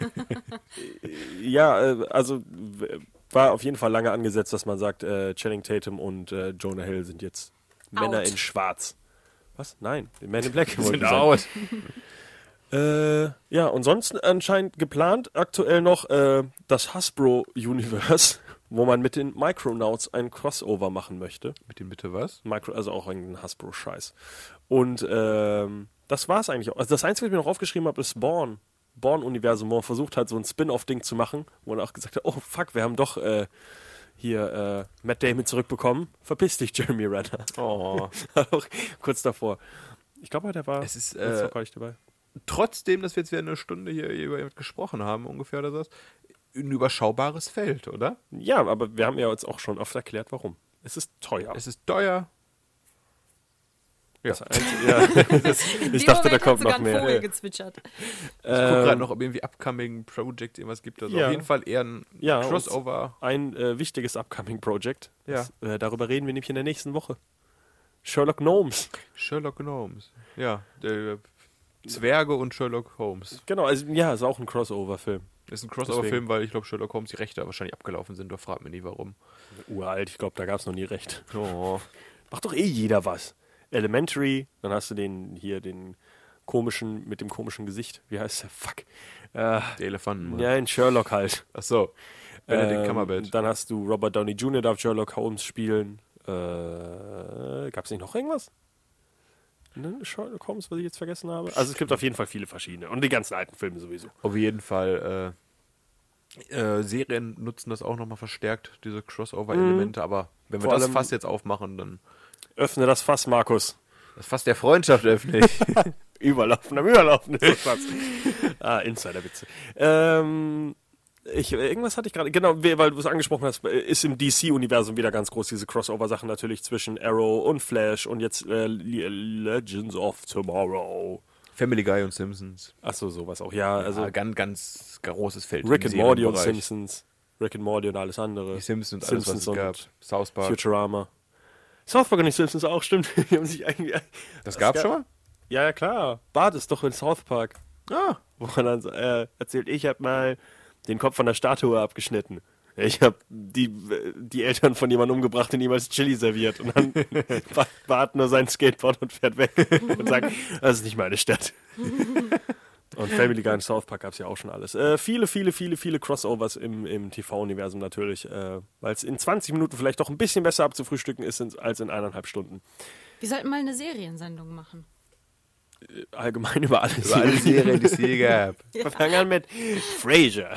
[SPEAKER 4] äh, ja, äh, also w- war auf jeden Fall lange angesetzt, dass man sagt, äh, Channing Tatum und äh, Jonah Hill sind jetzt Männer
[SPEAKER 6] Out.
[SPEAKER 4] in Schwarz. Was? Nein, die Men in Black wollten
[SPEAKER 5] Sind
[SPEAKER 4] sein.
[SPEAKER 5] out.
[SPEAKER 4] Äh, ja, und sonst anscheinend geplant aktuell noch äh, das Hasbro Universe, wo man mit den Micronauts ein Crossover machen möchte.
[SPEAKER 5] Mit dem bitte was?
[SPEAKER 4] Micro, also auch irgendein Hasbro-Scheiß. Und ähm, das war's eigentlich auch. Also das Einzige, was ich mir noch aufgeschrieben habe, ist Born. Born-Universum, wo man versucht hat, so ein Spin-off-Ding zu machen, wo man auch gesagt hat, oh fuck, wir haben doch äh, hier äh, Matt Damon zurückbekommen. Verpiss dich, Jeremy Renner.
[SPEAKER 5] Oh.
[SPEAKER 4] auch kurz davor. Ich glaube, der war,
[SPEAKER 5] Es ist,
[SPEAKER 4] kurz
[SPEAKER 5] äh,
[SPEAKER 4] davor war ich dabei.
[SPEAKER 5] Trotzdem, dass wir jetzt wieder eine Stunde hier über gesprochen haben, ungefähr oder sowas, ein überschaubares Feld, oder?
[SPEAKER 4] Ja, aber wir haben ja jetzt auch schon oft erklärt, warum. Es ist teuer.
[SPEAKER 5] Es ist teuer. Ja.
[SPEAKER 4] Das Einzige- ja, das,
[SPEAKER 6] In
[SPEAKER 4] ich
[SPEAKER 6] dem
[SPEAKER 4] dachte, da
[SPEAKER 6] Moment hat
[SPEAKER 4] kommt noch
[SPEAKER 6] sogar ein Vogel
[SPEAKER 4] mehr.
[SPEAKER 6] gezwitschert.
[SPEAKER 5] Ich gucke gerade noch, ob irgendwie Upcoming Project irgendwas gibt. Also
[SPEAKER 4] Ja.
[SPEAKER 5] auf jeden Fall eher ein
[SPEAKER 4] Ja, und
[SPEAKER 5] Crossover.
[SPEAKER 4] Ein äh, wichtiges upcoming Project.
[SPEAKER 5] Ja.
[SPEAKER 4] Das, äh, darüber reden wir nämlich in der nächsten Woche. Sherlock Gnomes.
[SPEAKER 5] Sherlock Holmes. Ja, der äh, Zwerge und Sherlock Holmes.
[SPEAKER 4] Genau, also ja, ist auch ein Crossover-Film.
[SPEAKER 5] Ist ein
[SPEAKER 4] Deswegen.
[SPEAKER 5] Crossover-Film, weil ich glaube, Sherlock Holmes die Rechte wahrscheinlich abgelaufen sind. Doch fragt mich nie warum.
[SPEAKER 4] Uralt, ich glaube, da gab es noch nie recht.
[SPEAKER 5] Oh.
[SPEAKER 4] Macht doch eh jeder was. Elementary, dann hast du den hier, den komischen, mit dem komischen Gesicht. Wie heißt der? Fuck. Äh,
[SPEAKER 5] Der Elefanten.
[SPEAKER 4] ja, in Sherlock halt.
[SPEAKER 5] Achso.
[SPEAKER 4] Ähm,
[SPEAKER 5] Benedict Cumberbatch.
[SPEAKER 4] Dann hast du Robert Downey Jr. darf Sherlock Holmes spielen. Äh, gab es nicht noch irgendwas? Ne, Sherlock Holmes, was ich jetzt vergessen habe. Also es gibt auf jeden Fall viele verschiedene. Und die ganzen alten Filme sowieso.
[SPEAKER 5] Auf jeden Fall. Äh, äh, Serien nutzen das auch nochmal verstärkt, diese Crossover-Elemente. Aber wenn wir
[SPEAKER 4] Vor
[SPEAKER 5] das
[SPEAKER 4] allem-
[SPEAKER 5] Fass jetzt aufmachen, dann
[SPEAKER 4] Öffne das Fass, Markus.
[SPEAKER 5] das Fass der Freundschaft öffne ich.
[SPEAKER 4] Überlaufen am Überlaufen ist das Fass. ah, Insiderwitze. Ähm, ich, irgendwas hatte ich gerade, genau, we- weil du es angesprochen hast, ist im DC-Universum wieder ganz groß, diese Crossover-Sachen natürlich zwischen Arrow und Flash und jetzt äh, Le- Legends of Tomorrow.
[SPEAKER 5] Family Guy und Simpsons.
[SPEAKER 4] Achso, sowas auch, ja, also
[SPEAKER 5] Also ganz, ganz großes Feld.
[SPEAKER 4] Rick
[SPEAKER 5] im
[SPEAKER 4] and Morty und
[SPEAKER 5] Serienbereich.
[SPEAKER 4] Simpsons. Rick and Morty und alles andere.
[SPEAKER 5] Die Simpsons, alles, was es
[SPEAKER 4] und
[SPEAKER 5] gab. South Park.
[SPEAKER 4] Futurama. South Park und die Simpsons auch, stimmt. Die haben sich eigentlich.
[SPEAKER 5] Das gab's
[SPEAKER 4] gab-
[SPEAKER 5] schon mal?
[SPEAKER 4] Ja, ja, klar. Bart ist doch in South Park.
[SPEAKER 5] Ah.
[SPEAKER 4] Wo er dann so, äh, erzählt, ich hab mal den Kopf von der Statue abgeschnitten. Ich hab die, die Eltern von jemandem umgebracht und ihm als Chili serviert. Und dann Bart- Bart nur sein Skateboard und fährt weg. Und sagt, das ist nicht meine Stadt. Und Family Guy und South Park gab's ja auch schon alles. Äh, viele, viele, viele, viele Crossovers im, im TV-Universum natürlich. Äh, Weil es in 20 Minuten vielleicht doch ein bisschen besser abzufrühstücken ist in- als in eineinhalb Stunden.
[SPEAKER 6] Wir sollten mal eine Seriensendung machen.
[SPEAKER 4] Allgemein über alles.
[SPEAKER 5] Über alle Serien, die es je gab.
[SPEAKER 4] Wir fangen an mit Frasier.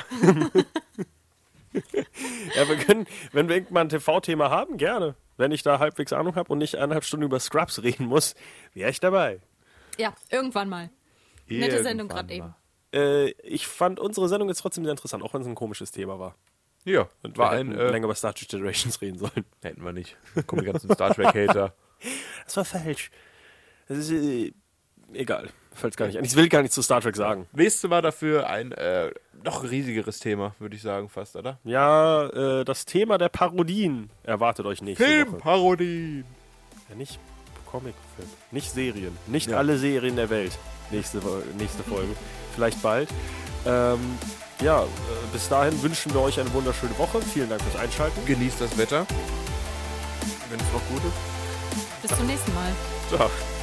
[SPEAKER 4] ja, wir können, wenn wir irgendwann ein TV-Thema haben, gerne. Wenn ich da halbwegs Ahnung habe und nicht eineinhalb Stunden über Scrubs reden muss, wäre ich dabei.
[SPEAKER 6] Ja, irgendwann mal. Nette Sendung gerade eben.
[SPEAKER 5] Irgendwann
[SPEAKER 4] Äh, ich fand unsere Sendung jetzt trotzdem sehr interessant, auch wenn es ein komisches Thema war.
[SPEAKER 5] mal. Ja,
[SPEAKER 4] Und
[SPEAKER 5] war
[SPEAKER 4] wir
[SPEAKER 5] ein.
[SPEAKER 4] hätten
[SPEAKER 5] Äh,
[SPEAKER 4] länger über Star Trek Generations reden sollen.
[SPEAKER 5] hätten wir nicht. Kommen die ganzen Star Trek-Hater.
[SPEAKER 4] Das war falsch. Das ist, äh, egal. Fällt gar nicht an. Ich will gar nichts zu Star Trek sagen.
[SPEAKER 5] Nächste war dafür ein äh, noch riesigeres Thema, würde ich sagen, fast, oder?
[SPEAKER 4] Ja, äh, das Thema der Parodien erwartet euch nächste Woche.
[SPEAKER 5] Filmparodien!
[SPEAKER 4] Ja, nicht Comicfilm, nicht Serien, nicht alle Serien der Welt. Nächste, Wo- nächste Folge, vielleicht bald. Ähm, ja, äh, bis dahin wünschen wir euch eine wunderschöne Woche. Vielen Dank fürs Einschalten.
[SPEAKER 5] Genießt das Wetter. Wenn es noch gut ist.
[SPEAKER 6] Bis zum nächsten Mal.
[SPEAKER 5] So.